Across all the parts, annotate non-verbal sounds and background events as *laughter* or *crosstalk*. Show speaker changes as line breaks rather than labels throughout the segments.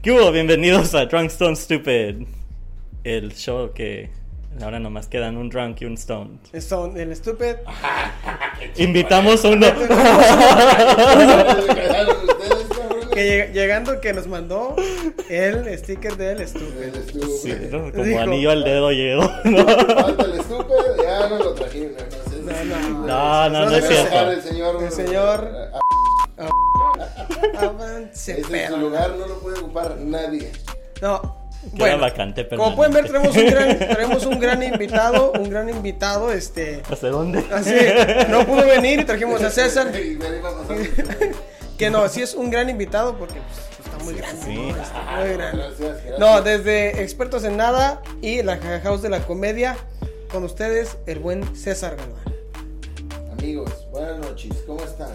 ¿Qué hubo? Bienvenidos a Drunk Stone Stupid. El show que ahora nomás quedan un drunk y un stone.
Stone, el stupid.
Invitamos a uno.
Que lleg- llegando que nos mandó el sticker del stupid.
Sí, ¿no? como
Dijo-
anillo al dedo llegó. ¿no?
Falta el estúpido, ya no lo trajimos.
No,
No,
no.
No, no, no es
dejar
cierto.
El señor,
El señor-
Ah,
Ah, Avance,
Ese es
perro.
su lugar, no lo puede ocupar nadie.
No.
Queda
Bueno,
vacante
como pueden ver, tenemos un, gran, tenemos un gran invitado, un gran invitado, este...
¿Hasta dónde?
Así, no pudo venir y trajimos a César,
Y me iba a pasar.
que no, sí es un gran invitado porque pues, está muy grande,
sí.
¿no? Está muy grande.
Gracias, gracias.
No, desde Expertos en Nada y la Jaja House de la Comedia, con ustedes, el buen César Galván.
Amigos, buenas noches, ¿cómo están?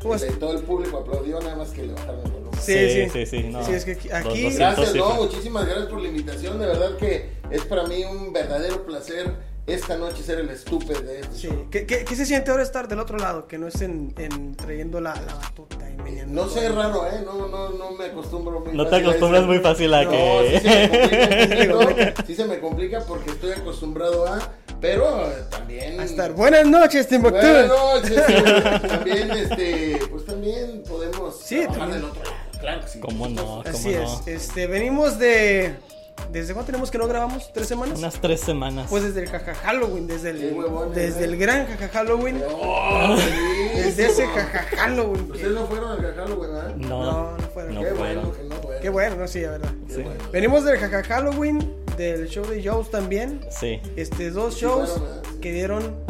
¿Cómo
Desde
est-
Todo el público aplaudió, nada más que le bajaron el volumen.
Sí,
Sí,
sí,
sí, sí, no.
es que aquí-
Los
aquí-
doscientos
Gracias,
sí
no,
fue.
muchísimas gracias por la invitación. De verdad que es para mí un verdadero placer esta noche ser el estúpido de este
Sí.
show.
¿Qué, qué, qué se siente ahora estar del otro lado? Que no es en, en trayendo la, la batuta y meneando.
No sé, raro, ¿eh? No, no, no me acostumbro muy
No te
fácil a
acostumbras
eso.
muy fácil a
No,
que-
sí se me
*laughs*
complica, sí, no, sí se me complica porque estoy acostumbrado a... Pero eh, también...
A estar. Buenas noches, Timbuktu.
Buenas noches. sí, también, este... Pues también podemos
Sí,
trabajar
también.
del otro lado. Claro que sí.
¿Cómo no? ¿Cómo
Así
no?
es. Este, venimos de. ¿Desde cuándo tenemos que no grabamos? ¿Tres semanas?
Unas tres semanas.
Pues desde el jaja Halloween, desde el,
Qué huevones,
desde
eh.
el gran jaja Halloween.
Oh,
Desde ese
buenísimo.
jaja Halloween. que-
Ustedes no fueron al cajalo, ¿verdad?
No,
No, no fueron.
no
Qué
fueron.
bueno que no fueron.
Qué bueno, no, sí, la verdad.
Qué
Sí.
bueno.
Venimos del jaja Halloween, del show de Joe's también.
Sí.
Este, dos
Sí,
shows
fueron, ¿eh? ¿verdad? Sí.
que dieron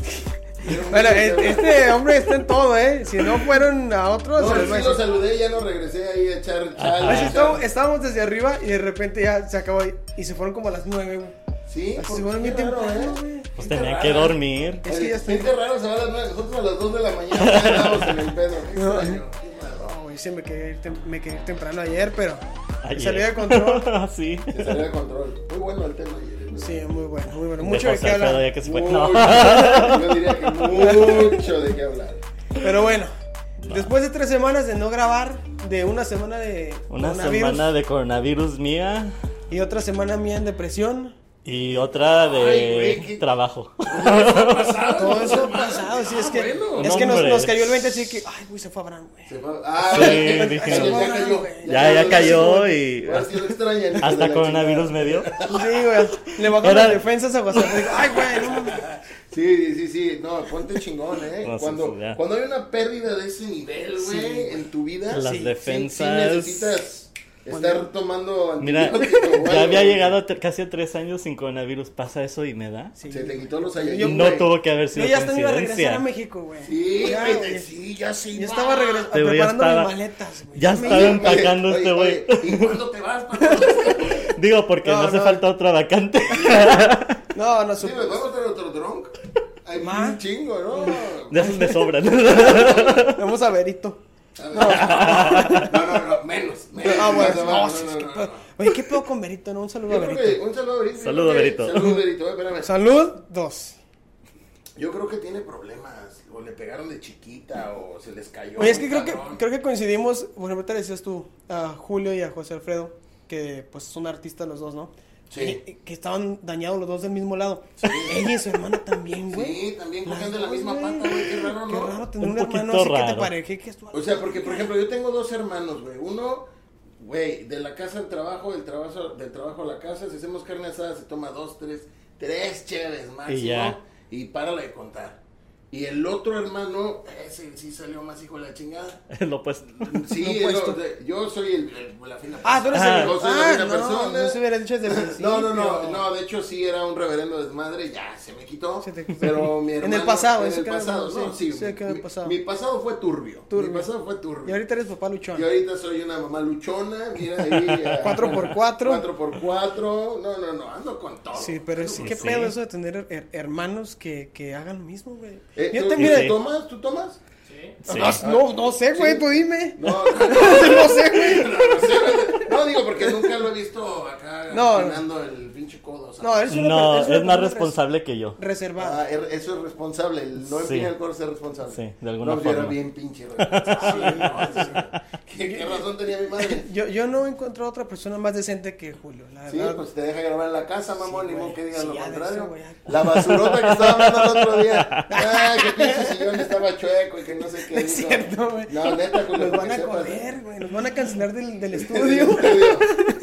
*laughs*
Dieron
Bueno,
mucho que
e-
hablar.
este hombre está en todo, ¿eh? Si no fueron a otros,
No,
se les
sí
va a
lo
decir.
saludé, ya no regresé ahí a echar chal.
Así estábamos, estábamos desde arriba y de repente ya se acabó y, y se fueron como a las nueve, güey.
Sí,
Se fueron bien
¿eh?
temprano, güey.
Pues tenía que dormir.
Es que ya estoy-
Es que raro se va a las nueve, nosotros a las 2 de la
*laughs*
mañana ya estábamos en el pedo. Qué extraño, qué raro.
No, güey, sí Oh, me quería ir, tem- me quería ir temprano ayer, pero
Ayer.
salí de control.
*laughs* sí.
Se salió de control. Muy bueno el tema ayer. ¿no?
Sí, muy bueno, muy bueno.
Mucho
Mucho de qué
Ya
hablar.
que se fue.
Mucho, *laughs*
No. *laughs*
Yo diría que mucho de qué hablar.
Pero bueno, después de tres semanas de no grabar, de una semana de
Una
coronavirus
semana de coronavirus mía
y otra semana mía en depresión,
y otra de
Ay, güey, qué-
trabajo.
*laughs* todo eso pasado, sí, es que,
Ah, bueno.
es que nos,
Hombre.
nos cayó el 20 así que, ay, güey, se fue Abraham, güey.
Se fue- Ah,
Sí,
ya-
dije,
ya
no.
cayó.
Ya, ya cayó y
Ahora sí lo extrañan, hijo de
hasta
la
coronavirus
chingada.
me dio.
Sí, güey. Le bajó
Era-
las defensas a Guasave. Digo, Ay, güey, no mames.
Sí, sí, sí, no, ponte chingón, ¿eh?
No, sí,
cuando,
sí, ya.
cuando hay una pérdida de ese nivel, güey, en tu vida,
Las
sí, sí,
defensas.
Sí, necesitas estar tomando
Mira,
antibiótico, güey.
ya había llegado a tre- casi a tres años sin coronavirus. ¿Pasa eso y me da?
Sí.
Se te quitó los años.
Yo-
no tuvo que haber sido
Yo ya hasta me iba a regresar
coincidencia.
a México, güey.
Sí,
Ya,
güey,
güey.
sí, ya sí.
Yo estaba regresando,
Pero ya
preparando
estaba-
mis maletas, güey.
ya
me
estaba
iba.
en- empacando este güey.
¿Y cuándo te vas, Paco?
Digo, porque no,
No,
hace
no.
falta otra vacante. *laughs*
No, no
Sí,
supe. *laughs*
¿me vamos a hacer otro drunk? Hay
Ma.
un chingo, ¿no?
De esos me
*laughs*
sobran.
Vamos a verito.
A ver. No, no, no, menos. menos
Ah, bueno.
no, no,
no, sí,
no,
es que
no,
pedo.
no.
Oye, ¿qué pedo con Berito, no? Un saludo a
Yo creo que-
Berito.
Un saludo, Berito.
Saludo, Berito.
Saludo, Berito, eh, espérame.
Salud, dos.
Yo creo que tiene problemas, o le pegaron de chiquita, o se les cayó.
Oye, es
un
que creo que,
cabrón.
creo que coincidimos, por ejemplo, te decías tú a Julio y a José Alfredo, que pues son artistas los dos, ¿no?
Sí.
Y- y que estaban dañados los dos del mismo lado. Ella y su hermana también, güey.
Sí, también cogen de la
Ay,
misma
güey.
pata, güey, qué raro,
Qué
¿no?
raro tener
Un
un, hermano
poquito
así que te
raro.
parezca que es tu-
O sea, porque, por ejemplo, yo tengo dos hermanos, güey. Uno, güey, de la casa al trabajo, del trabajo, del trabajo a la casa. Si hacemos carne asada, se toma dos, tres, tres chéves máximo.
Y
Y
ya.
párale de contar. Y el otro hermano, ese sí salió más hijo de la chingada.
Lo pues.
No
Sí,
puesto.
lo- de- yo soy el, el- la fina
Ah, tú eres
Ah,
el...
yo soy la
ah,
única
no,
persona.
no se hubiera dicho desde el principio.
No, no, no, no, de hecho sí era un reverendo desmadre, ya se me quitó.
Se te quitó.
Pero mi
En
hermano.
el pasado,
en
eso
el
queda-
pasado, no,
sí,
sí.
sí, queda en el
mi,
pasado.
mi pasado fue turbio.
Turbio.
Mi pasado fue turbio.
Y ahorita eres papá luchón.
Y ahorita soy una mamá luchona, mira ahí. eh,
Cuatro por cuatro.
Cuatro por cuatro. No, no, no, ando con todo.
Sí, pero es,
Sí.
qué pedo eso de tener her- her- hermanos que, que hagan lo mismo, güey.
Eh,
Yo
¿tú,
te
tú
mira,
Sí.
tomas? ¿Tú tomas?
Sí.
ah, no, no sé, güey,
Sí.
tú dime. *laughs*
No, no, no,
No sé, güey.
no, no, no, No, digo, porque nunca lo he visto acá
No.
llenando el pinche codo. ¿sabes?
No, es una
No,
per- una
es más
persona
responsable que
*laughs*
yo.
res- Reservada.
Ah, er- eso es responsable, el no
Sí.
empinar el codo es ser responsable.
Sí, de alguna
no, yo era
forma.
bien
*laughs*
pinche responsable. no, sí. ¿Qué, qué razón tenía mi
*laughs*
madre?
Yo, yo no encontré otra persona más decente que Julio, la
Ah. Sí,
verdad.
pues te deja grabar en la casa, mamón,
Sí,
ni modo
güey.
que digas
Sí,
lo
ya de eso,
contrario.
güey.
La basurota que estaba hablando el
*laughs*
otro día. Ah, que pinche sillón estaba chueco y que no sé qué.
No *laughs* es
digo.
cierto, güey.
No, neta, Julio,
Nos
que
van a
sepas. *laughs*
correr, güey. Nos van a cancelar del, del
Del
estudio.
estudio.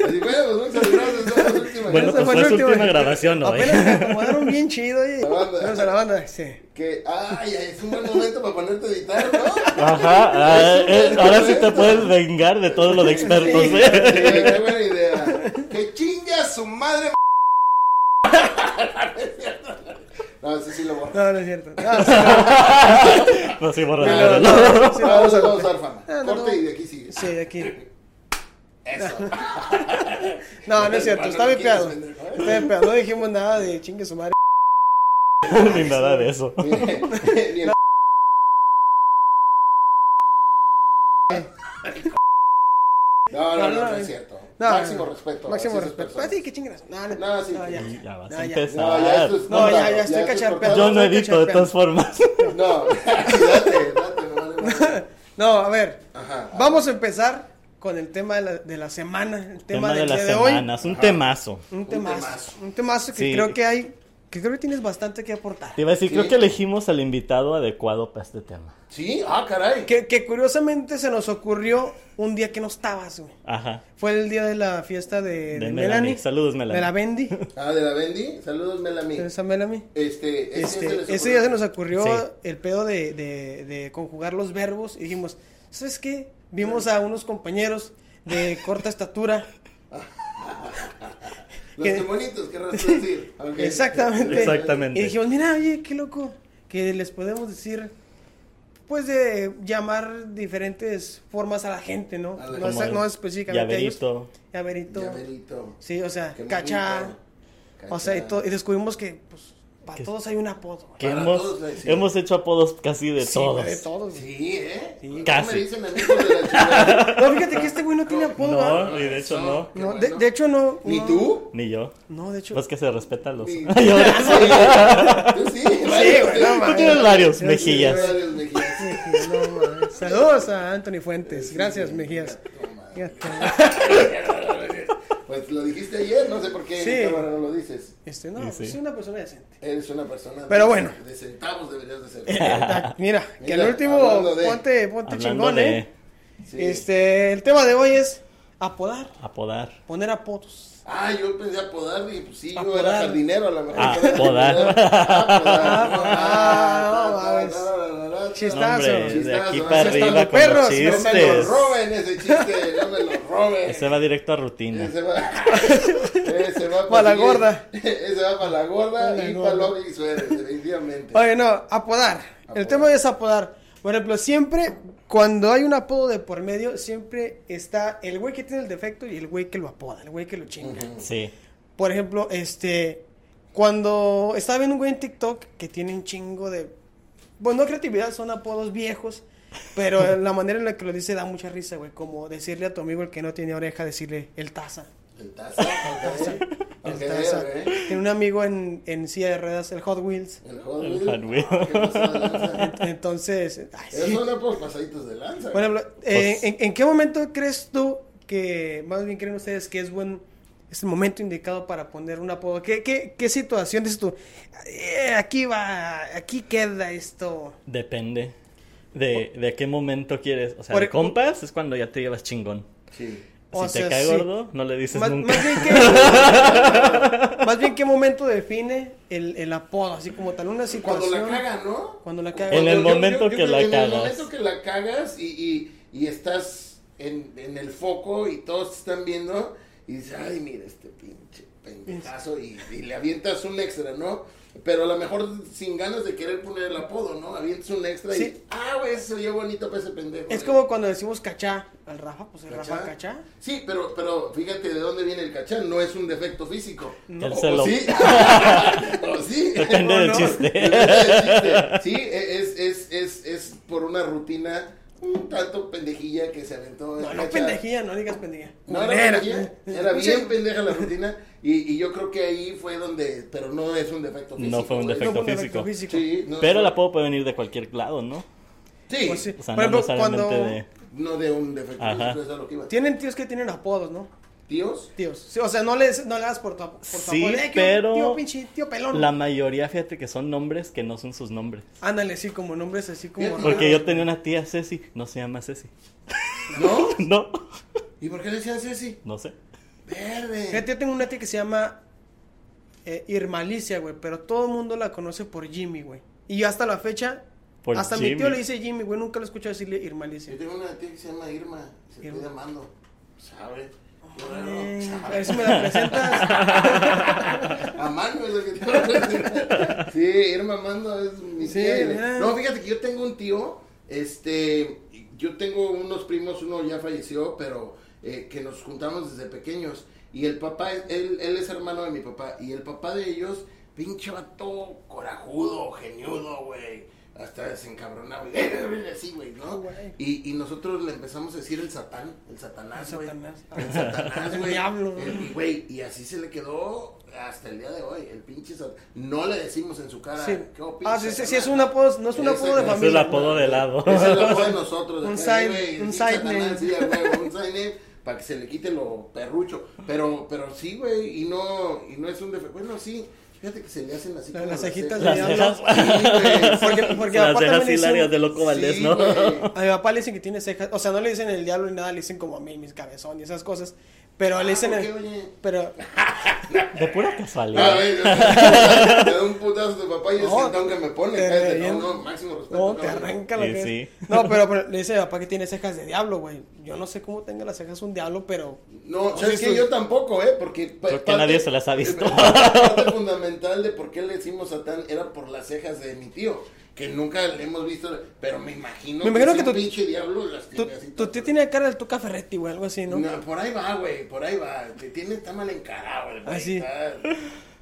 Así, bueno, pues muchas gracias, son las últimas.
Bueno,
Esa
pues
fue
fue
la
su
última.
última grabación hoy.
Apenas se acomodaron bien chido, oye.
La banda.
Vamos a la banda, sí.
Que, ay, es un buen momento para ponerte a editar,
*laughs*
¿no?
Ajá, ah, eh, ahora sí te
Correcto.
puedes vengar de todo lo de expertos,
Sí,
¿eh?
qué buena idea. Que chinga su madre. No, ese sí lo borro.
No, no es cierto. No, sí,
*laughs* No, sí, borra.
No, no,
borra.
no,
Sí,
no,
vamos a
no,
cortar.
usar fama.
Ah, no,
Corte
no.
y de aquí sigue. *laughs*
sí, aquí.
Eso.
*laughs* No, no es cierto. Está
Bueno,
vipeado.
¿quieres vender? ¿eh?
Está vipeado. No dijimos nada de chingue su madre.
*laughs* Ni nada de eso.
Bien, bien. No, no, no, no, es cierto.
No,
máximo
no.
respeto.
Máximo
hacia esas
respeto.
personas.
Ah, sí, que chingas. No, no.
No, sí.
ya.
Y ya vas
No,
a
ya.
empezar.
Ah, No, ya esto es
No, ya,
cortado,
ya estoy
esto es
cacharpeado.
cortado.
Yo no edito, de todas formas.
No, *laughs* date, date, me vale madre.
No, a ver.
Ajá.
Vamos a empezar con el tema de la, de la semana. El tema,
*laughs* Tema de
del
la
día de hoy.
semana, es un temazo.
Un temazo. Un
temazo.
temazo, que
Sí.
creo que hay. Que creo que tienes bastante que aportar.
Te iba a decir,
Sí.
creo que elegimos al invitado adecuado para este tema.
Sí, ah, caray.
Que, que curiosamente se nos ocurrió un día que no estabas, güey.
Ajá.
Fue el día de la fiesta de,
De
de
Melanie. Saludos, Melanie.
De
*laughs*
la Bendy.
Ah, de la Bendy. Saludos, Melami.
Saludos a Melanie.
Este, ese
Este,
día se les
ese día se
ocurrió.
nos ocurrió
Sí.
el pedo de, de- de conjugar los verbos y dijimos, ¿sabes qué? Vimos a unos compañeros de
*laughs*
corta estatura.
Los
que-
demonitos, querrás decir. Ok.
*laughs* Exactamente.
Exactamente.
Y dijimos, mira, oye, qué loco, que les podemos decir, pues de llamar diferentes formas a la gente, ¿no?
A la
No,
gente.
es, no específicamente a ellos.
Llaverito.
Llaverito.
Llaverito.
Sí, o sea,
Qué
cachá.
bonito.
O sea, y,
Cachá.
to- y descubrimos que, pues, para
Que-
todos hay un apodo. güey.
Que
Para
hemos,
todos, eh, sí.
hemos hecho apodos casi de
Sí, güey,
todos.
de todos. güey.
Sí, ¿eh? ¿Cómo
Casi.
me dicen amigos de la chingada?
No, fíjate que este güey no tiene apodo. ¿verdad?
*laughs* No, y de hecho no.
qué
No, de,
bueno.
de hecho no.
¿Ni
no.
tú?
Ni yo.
No, de hecho.
Pues que se respetan los.
Ni-
*laughs* Ay,
*laughs*
ahora sí.
Tú sí, varios,
güey,
¿eh?
no,
Tú
man.
tienes varios
Sí,
mejillas.
Varios
*laughs*
mejillas.
No, man. Saludos a Anthony Fuentes. Gracias, Mejías.
Pues lo dijiste ayer, no sé por qué
Sí.
en cámara no lo dices.
Este, no,
Sí, sí.
soy una persona decente.
Eres una persona de-
Pero bueno.
de centavos deberías de ser.
*laughs*
Mira, que al
Mira,
último
hablando de-
ponte, ponte
Hablando
chingón,
de
¿eh?
Sí.
Este, el tema de hoy es apodar,
apodar.
poner apodos.
Ah, yo pensé apodar, dije, pues sí, yo
Apodar.
era jardinero a lo mejor.
Ah,
Era
apodar.
jardinero. Apodar. no,
Ah,
ah, ah, ah, ah,
Chistazo.
No, hombre, de
Chistazo,
aquí
¿no?
para
Se están
arriba con los
perros,
No me lo
chistes.
roben ese chiste, no me lo roben.
Ese va directo a rutina. *laughs*
Ese va, ese va
Pa' la
siguiente-
gorda.
Ese va para la gorda
Pa' la
y
gorda.
para Lobby y Suárez, definitivamente.
Oye, no, apodar. El
Apodar.
tema de hoy es apodar. Por ejemplo, siempre cuando hay un apodo de por medio, siempre está el güey que tiene el defecto y el güey que lo apoda, el güey que lo chinga.
Sí.
Por ejemplo, este. Cuando estaba viendo un güey en TikTok que tiene un chingo de. Bueno, no creatividad, son apodos viejos.
*laughs*
Pero la manera en la que lo dice da mucha risa, güey. Como decirle a tu amigo el que no tiene oreja, decirle el taza.
El taza, *laughs* ok.
El
Ok,
taza.
ok.
Tiene un amigo en, en silla de ruedas, el Hot
*laughs*
Wheels.
¿eh? El Hot Wheels.
El Hot Wheel.
Ah,
*laughs*
qué pasada de lanza.
Entonces. ay, sí.
Esos son los pasaditos de lanza.
Por ejemplo, eh,
Pues-
¿en, en qué momento crees tú que, más bien creen ustedes que es buen, es el momento indicado para poner un apodo? ¿Qué, qué, qué situación dices tú? "Eh, aquí va, aquí queda esto.
Depende. De, de qué momento quieres. O sea,
Por-
de compas es cuando ya te llevas chingón.
Sí.
O
si
sea,
te cae
sí.
gordo, no le dices
Más,
nunca.
más bien
*laughs*
que, más bien qué momento define el, el apodo, así como tal una
Cuando
situación.
la caga, ¿no?
Cuando la caga.
En el
Yo- yo-
momento
yo-
que
yo-
la
En el
cagas.
momento que la cagas y, y, y estás en, en el foco y todos te están viendo y dices, ay, mira este pinche pendejazo y, y le avientas un extra, ¿no? Pero a lo mejor sin ganas de querer poner el apodo, ¿no? Avientas un extra
Sí.
y, ah, güey, eso yo bonito para ese pendejo.
Es
güey".
como cuando decimos cachá al Rafa, pues el Rafa cachá.
Sí, pero, pero fíjate de dónde viene el cachá, no es un defecto físico.
Él
O-
se
o
lo-
sí.
*laughs*
*laughs* O sí.
Depende
No,
del
no.
chiste.
e, Sí, es, es, es, es por una rutina un tanto pendejilla que se aventó.
No, no
Cacha-
pendejilla, no digas pendejilla.
No era
Culera.
pendejilla, era bien pendeja la rutina y, y yo creo que ahí fue donde, pero no es un defecto físico.
No fue un
güey.
defecto
No fue un
físico.
Sí, no,
Pero
no-
la puedo puede venir de cualquier lado, ¿no?
Sí,
Pues sí.
O sea,
Por
no
ejemplo,
necesariamente
cuando-
de...
no de un defecto
Ajá.
físico, eso es a lo que iba.
Tienen tíos que tienen apodos, ¿no?
¿Tíos?
Tíos. Sí, o sea, no, les, no le das por tu, ap- por tu
Sí,
apodo. Eh, que-
pero-
Tío pinche, tío pelón.
La mayoría, fíjate que son nombres que no son sus nombres.
Ándale, sí, como nombres así como...
Fíjate.
Porque yo tenía una tía Ceci, no se llama Ceci. *laughs*
¿No?
No,
¿Y por qué le decían Ceci?
no sé.
Verde.
Fíjate, yo tengo una tía que se llama eh, Irmalicia, güey, pero todo el mundo la conoce por Jimmy, güey. Y yo hasta la fecha,
Por
hasta mi tío
Jimmy.
le dice Jimmy, güey, nunca lo escucho decirle Irmalicia.
Yo tengo una tía que se llama Irma, se
Irma.
está llamando. ¿Sabe? Qué raro,
Eh, a
¿sabe?
ver si me la
*laughs*
presentas.
A mano es lo que te voy a decir. Sí, Irma Mando es mi
Sí,
tía.
mira.
No, fíjate que yo tengo un tío, este, yo tengo unos primos, uno ya falleció, pero eh, que nos juntamos desde pequeños. Y el papá, es- él, él es hermano de mi papá, y el papá de ellos, pinche vato corajudo, geniudo, güey. Hasta *laughs* desencabronado, güey, así, güey,
Ah,
¿no?
güey.
Y, y nosotros le empezamos a decir el satán, el satanás, güey.
Satanás.
El satanás,
El
güey.
*laughs* diablo.
El- y, güey, y así se le quedó hasta el día de hoy. El pinche sat- No le decimos en su cara.
Sí.
¿qué opinas,
Ah, sí, sí, sí,
Satanás?
es un apodo, no es un
Ese-
apodo de
Es
ese
el
familia.
apodo de lado.
Ese es el
*laughs*
apodo de nosotros. de
Un
acá,
side-
güey, el
un
pinche
side
Satanás,
name.
sí, a huevo, un side name, Para que se le quite lo perrucho. Pero, pero sí, güey. Y no, y no es un defecto. Bueno, sí. Fíjate que se le hacen así.
La-
como
las cejitas
Las
de diablo.
cejas.
cejas. Sí, güey.
*laughs*
Porque, porque
Las
papá
cejas
también le dicen-
hilarias de loco Valdés,
Sí,
¿no?
güey.
A mi papá le dicen que tiene cejas, o sea, no le dicen el diablo ni nada, le dicen como a mí, mis cabezón y esas cosas, pero le dicen...
Ah,
el-
¿por qué, oye?
Pero,
De pura
Ah,
A
casualidad.
ver, *laughs* te eh, da un putazo tu papá y el
No,
sentón que me pone.
te
cállate,
revienta.
no, no, máximo respeto.
no, te
cabrón.
arranca lo
Sí,
que
sí.
es. No, pero, pero le dice a mi papá que tiene cejas de diablo, güey. Yo no sé cómo tenga las cejas un diablo, pero...
No, sabes
Sí,
que
sí.
yo tampoco, ¿eh? Porque, pa-
Porque nadie se las ha visto.
parte fundamental de por qué le decimos Satán era por las cejas de mi tío, que nunca le hemos visto, pero me imagino,
Me imagino
es
que
un
tu-
pinche diablo las
Tu,
tiene así.
tu tío tiene cara del Tuca Ferretti, güey, algo así, ¿no?
No, por ahí va, güey, por ahí va. Te tiene, está mal encarado, el güey.
Ah, sí.
está-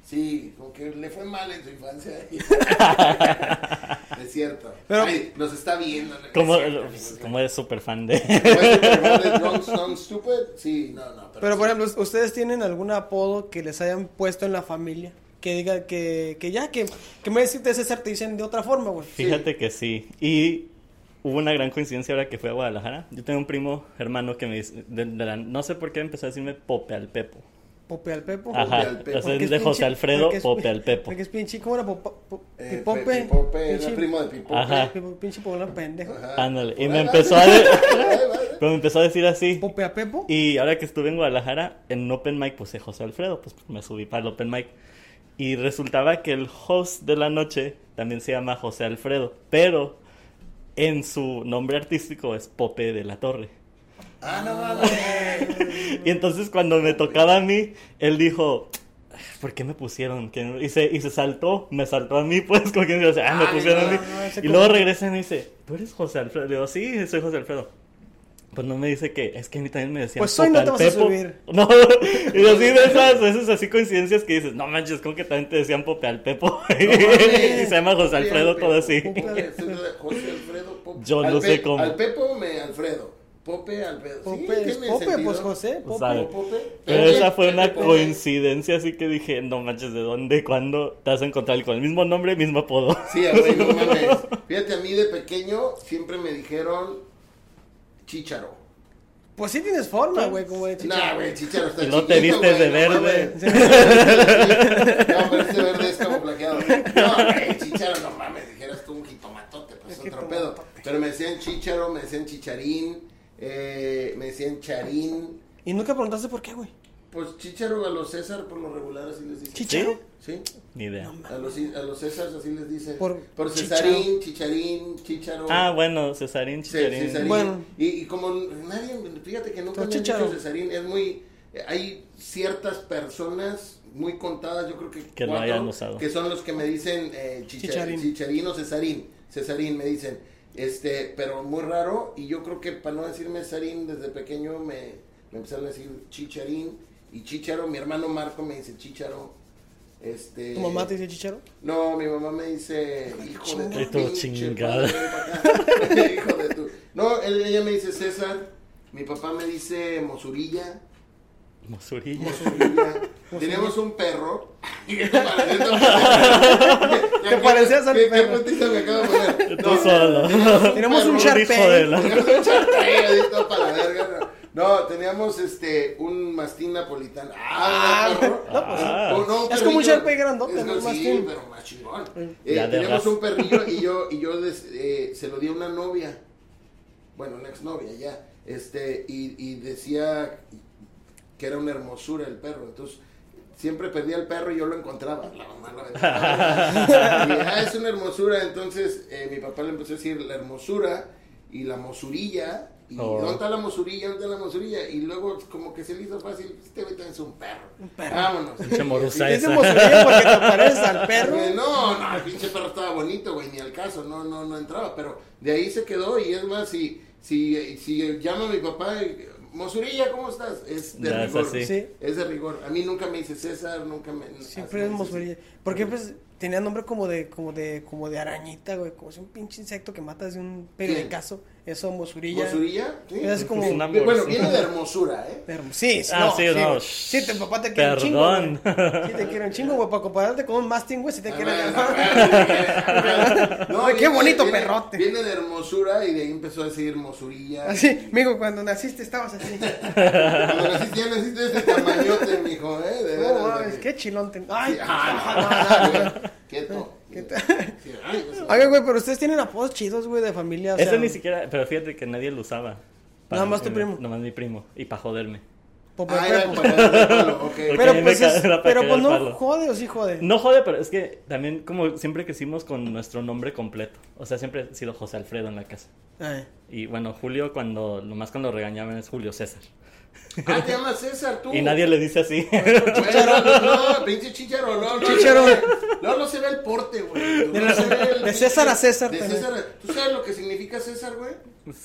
sí, como que le fue mal en su infancia.
*laughs*
es cierto.
Pero-
Ay, nos está viendo. no es
Como, pues,
cierto, no es
como eres súper fan de... *laughs*
¿Fue Superman de Drunk Stone Stupid? Sí, no, no.
Pero, por ejemplo, ¿ustedes tienen algún apodo que les hayan puesto en la familia? Que diga que, que ya, que, que me decirte César, te dicen de otra forma, güey.
Fíjate que sí. Y hubo una gran coincidencia ahora que fui a Guadalajara. Yo tengo un primo hermano que me dice... de- de la- no sé por qué empezó a decirme Pope al Pepo.
Pope al Pepo.
Ajá.
al Pepo.
O sea,
Porque
es
es
de José
pinche-
Alfredo
porque es-
Pope al Pepo.
Porque es pinche, ¿cómo era? Popa- po-
Eh,
Pipope.
Pe- Pipope,
Pinche-
era primo de Pipope.
Ajá.
Pipo- Pinche poblano pendejo.
Ajá.
Ándale. Y
Por
me
ahí va,
empezó a... de- *laughs*
por ahí va, ¿eh?
Pero me empezó a decir así.
Pope a Pepo.
Y ahora que estuve en Guadalajara, en un Open Mic, pues José Alfredo, pues me subí para el Open Mic. Y resultaba que el host de la noche también se llama José Alfredo, pero en su nombre artístico es Pope de la Torre.
Ah, no mames.
Y entonces cuando me tocaba a mí, él dijo, ¿por qué me pusieron? ¿Qué no?" Y se, y se saltó, me saltó a mí, *laughs* pues, como que dice, ah, me
Ay,
pusieron
no,
a mí.
no, ese
y luego
como-
regresa y me dice, ¿tú eres José Alfredo? Le digo, sí, soy José Alfredo. Pues no me dice que, es que a mí también me decían
Pues hoy no
Popal
te vas a
Pepo.
subir.
*laughs* No, y así de esas, esas así coincidencias que dices, no manches, como que también te decían Pope al Pepo. *laughs* y se
mames.
llama José Alfredo, todo así.
Pope, Alfredo, José Alfredo, Pope.
Yo no
Al
sé
Pe-
cómo.
Al Pepo me Alfredo. Pope, Alfredo.
Pope,
sí,
es
tiene
Pope,
sentido.
pues José.
O
Pope.
sea,
Pope.
Pero
Pope,
esa fue una
Pepe.
coincidencia, así que dije, no manches, ¿de dónde, cuándo te vas a encontrar con el mismo nombre, mismo apodo?
Sí, a güey,
*laughs*
no mames. Fíjate, a mí de pequeño siempre me dijeron Chícharo.
Pues sí tienes forma, güey, como de chicha.
Nah, güey, Chicharo está
Y no te
chiquito,
vistes de
güey, no
verde.
mames. No, pero este verde es camuflajeado. No, güey, Chicharo, no mames, dijeras tú un jitomatote, pues
Un
otro pedo.
jitomatote.
Pero me decían Chicharo, me decían Chicharín, eh, me decían Charín.
Y nunca preguntaste por qué, güey.
Pues Chicharo a los César por lo regular así les dicen.
Chicharo.
Sí,
Ni idea.
a los, a los César así les dicen.
Por
Por,
Chicharo.
Cesarín, Chicharín, Chicharo.
Ah, bueno, Cesarín
Ce-
Chicharín.
Cesarín.
Bueno.
Y, y como nadie, fíjate que nunca
Todo
me han
chicharo.
dicho Cesarín, es muy, eh, hay ciertas personas muy contadas, yo creo que,
Que lo hayan usado.
que son los que me dicen eh, chicha-
Chicharín.
chicharín. o Cesarín, Cesarín me dicen, este, pero muy raro, y yo creo que para no decirme Cesarín, desde pequeño me, me empezaron a decir Chicharín y Chicharo, mi hermano Marco me dice Chicharo, este.
¿Tu mamá te dice chicharo?
No, mi mamá me dice, hijo de
Que
tu
todo
pinche
chingada.
madre, ven para acá. hijo de tu. No, él- ella me dice César, mi papá me dice Mosurilla.
Mosurilla.
Mosurilla. Teníamos un perro. ¿Te
Te parecías al perro.
¿Qué putiza me acabo de poner?
Tú solo.
Tenemos un
Hijo
perro,
de
Sharpay.
la-
Teníamos un chartrey ahí, todo para la verga, No, No, teníamos este un mastín napolitano. Ah,
Ah,
perro.
no, pues,
Ah,
sí.
no,
Es como un
perrillo.
Sharpay grandote,
Es
no un
como- sí,
mastín.
pero más chingón. Eh,
Ya de
teníamos
raza.
un perrillo y yo, y yo des- eh, se lo di a una novia. Bueno, una exnovia ya. Este, y, y decía que era una hermosura el perro. Entonces, siempre perdía el perro y yo lo encontraba. La
*laughs*
mamá lo aventaba. Y, "Ah, es una hermosura. Entonces, eh, mi papá le empezó a decir la hermosura y la mosurilla. Y
Oh.
dónde está la mosurilla, dónde está la mosurilla. Y luego, como que se le hizo fácil. Este güey también es un perro.
perro.
Vámonos.
Pinche morusa
Es
esa.
emocionante porque te pareces
*laughs*
al perro.
Güey, No, no, el pinche perro estaba bonito, güey, ni al caso, no, no, no entraba, pero de ahí se quedó y es más, si, si, si llama a mi papá, eh, Mosurilla, ¿cómo estás? Es de
Ya, es
rigor,
así.
Sí.
es de rigor, a mí nunca me dice César, nunca me...
Siempre
así
es
me dice-
mosurilla. Porque pues tenía nombre como de, como de, como de arañita, güey. Como si un pinche insecto que matas de un pericazo. Eso, mosurilla.
¿Mosurilla? Sí.
Es como.
Es una-
Bueno, viene de hermosura,
*laughs*
¿eh?
Pero- Sí, sí,
Ah,
no,
sí,
sí,
no,
güey.
shh.
Sí, tu papá te quiere un chingo.
Perdón.
güey. Sí, te quiere un chingo, güey. Para compararte con un mastín, güey, si
Ah,
te quiere ganar.
No,
Ay, qué
viene-
bonito
viene-
perrote. Ah,
Viene de hermosura y de ahí empezó a decir Mosurilla.
*laughs* Así, mijo, cuando naciste estabas así.
Cuando naciste, ya naciste de este tamañote, mijo, ¿eh? De
No
veras,
mames,
güey.
qué chilón te.
Ay,
Ay,
ah, no, no, no, güey. Quieto.
*laughs* Quieto.
Sí, ay, pues,
Oiga, güey, pero ustedes tienen apodos chidos, güey, de familia. o
Ese
sea,
ni siquiera, pero fíjate que nadie lo usaba.
Nada más tu primo.
Nada más mi primo. Y para joderme.
Popo-
Ah, era
Popo.
para darle palo, ok.
*laughs*
Pero-
Pero
Ok,
pues,
me
es-
cagaron para
pero pues
cagar
no
el palo.
jode o sí jode.
No jode, pero es que también como siempre crecimos con nuestro nombre completo. O sea, siempre he sido José Alfredo en la casa.
Ay.
Y bueno, Julio cuando, lo más cuando regañaban es Julio César.
Ah, te llamas César, tú.
Y nadie le dice así. *laughs*
Chicharo. No, pinche chicharo. No, no,
Chicharo.
No, no se ve el porte, güey. No,
De
no
la-
se ve el
de
pinche-
César a César,
De
también.
César a- ¿Tú sabes lo que significa César, güey?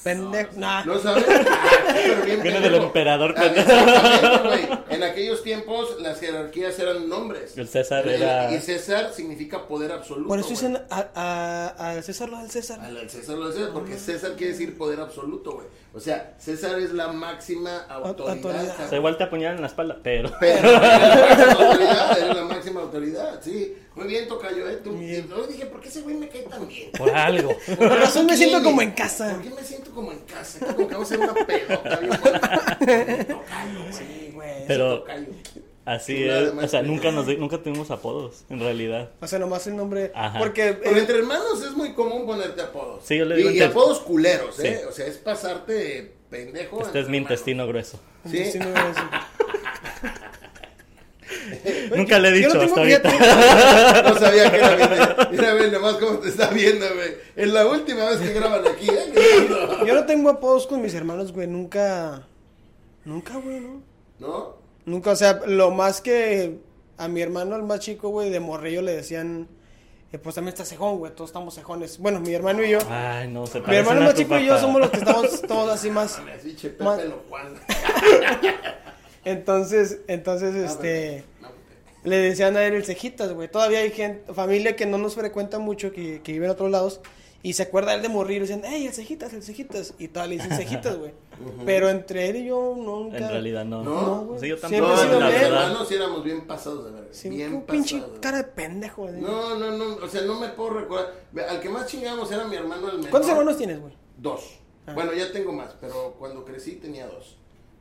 Pendejo. Nah.
¿Lo sabes? Ah, pero
Viene
bien pendejo.
del emperador,
Ah,
pendejo.
exactamente, güey. En aquellos tiempos las jerarquías eran nombres.
El César era-
Y César significa poder absoluto.
Por eso
güey.
dicen a, a, a César lo del César.
Al al César lo César, porque César quiere decir poder absoluto, güey. O sea, César es la máxima autoridad.
autoridad.
O sea,
cabrón.
igual te apuñalan en la espalda, pero...
Pero es la máxima autoridad, es la máxima autoridad, sí. Muy bien, Tocayo, ¿eh? Tú,
Bien.
Yo dije, ¿por qué ese güey me cae tan bien?
*laughs* Por
*laughs*
algo.
Por razón me
¿Qué?
siento como en casa.
¿Por qué me siento como en casa? Que Como que vamos a hacer una pedota bien buena. Tocayo, güey.
Sí, güey.
Pero
Tocayo.
así
Chulada
es.
de madre.
O sea, nunca, nos, di- nunca tuvimos apodos, en realidad.
O sea, nomás el nombre.
Ajá.
Porque. eh,
Pero entre hermanos es muy común ponerte apodos.
Sí, yo le digo
Y, y
entre-
apodos culeros, ¿eh?
Sí.
O sea, es pasarte pendejo.
Este es
entre
mi
hermanos.
intestino grueso.
Sí.
sí, no es-
*laughs* Nunca le he
Yo
dicho
no tengo
hasta
que
ahorita.
*laughs* No sabía que era bien. Mira, güey, nomás cómo te está viendo, güey. Es la última vez que graban aquí, ¿eh?
Yo no tengo apodos con mis hermanos, güey. Nunca. Nunca, güey, ¿no?
¿No?
Nunca, o sea, lo más que a mi hermano, el más chico, güey, de morrillo le decían. eh, pues también está cejón, güey. Todos estamos cejones. Bueno, mi hermano y yo.
Ay, no, se
mi
parece
hermano
una
más
Ah, tu
chico y yo
papá.
somos los
*laughs*
que estamos todos así más.
Mames, pinche Pepe
Ma-
lo Juan.
Entonces, entonces, *laughs*
Ah,
este.
pues,
Le decían a él el cejitas, güey. Todavía hay gente, familia que no nos frecuenta mucho, que, que vive en otros lados, y se acuerda él de morir, y dicen, ¡ey, el cejitas, el cejitas! Y tal, le dicen cejitas,
*laughs*
güey. Pero entre él y yo nunca.
En realidad no.
No.
No, güey.
Sí, yo tampoco,
Siempre he
No,
sido
no,
la
los
leve.
verdad.
hermanos sí éramos bien pasados de verga.
Sí,
bien
un
pasados.
pinche
de
cara de pendejo, güey.
verga. No, no, no. O sea, no me puedo recordar. Ve, Al que más chingábamos era mi hermano el menor.
¿Cuántos hermanos tienes, güey?
Dos.
Ah.
Bueno, ya tengo más, pero cuando crecí tenía dos.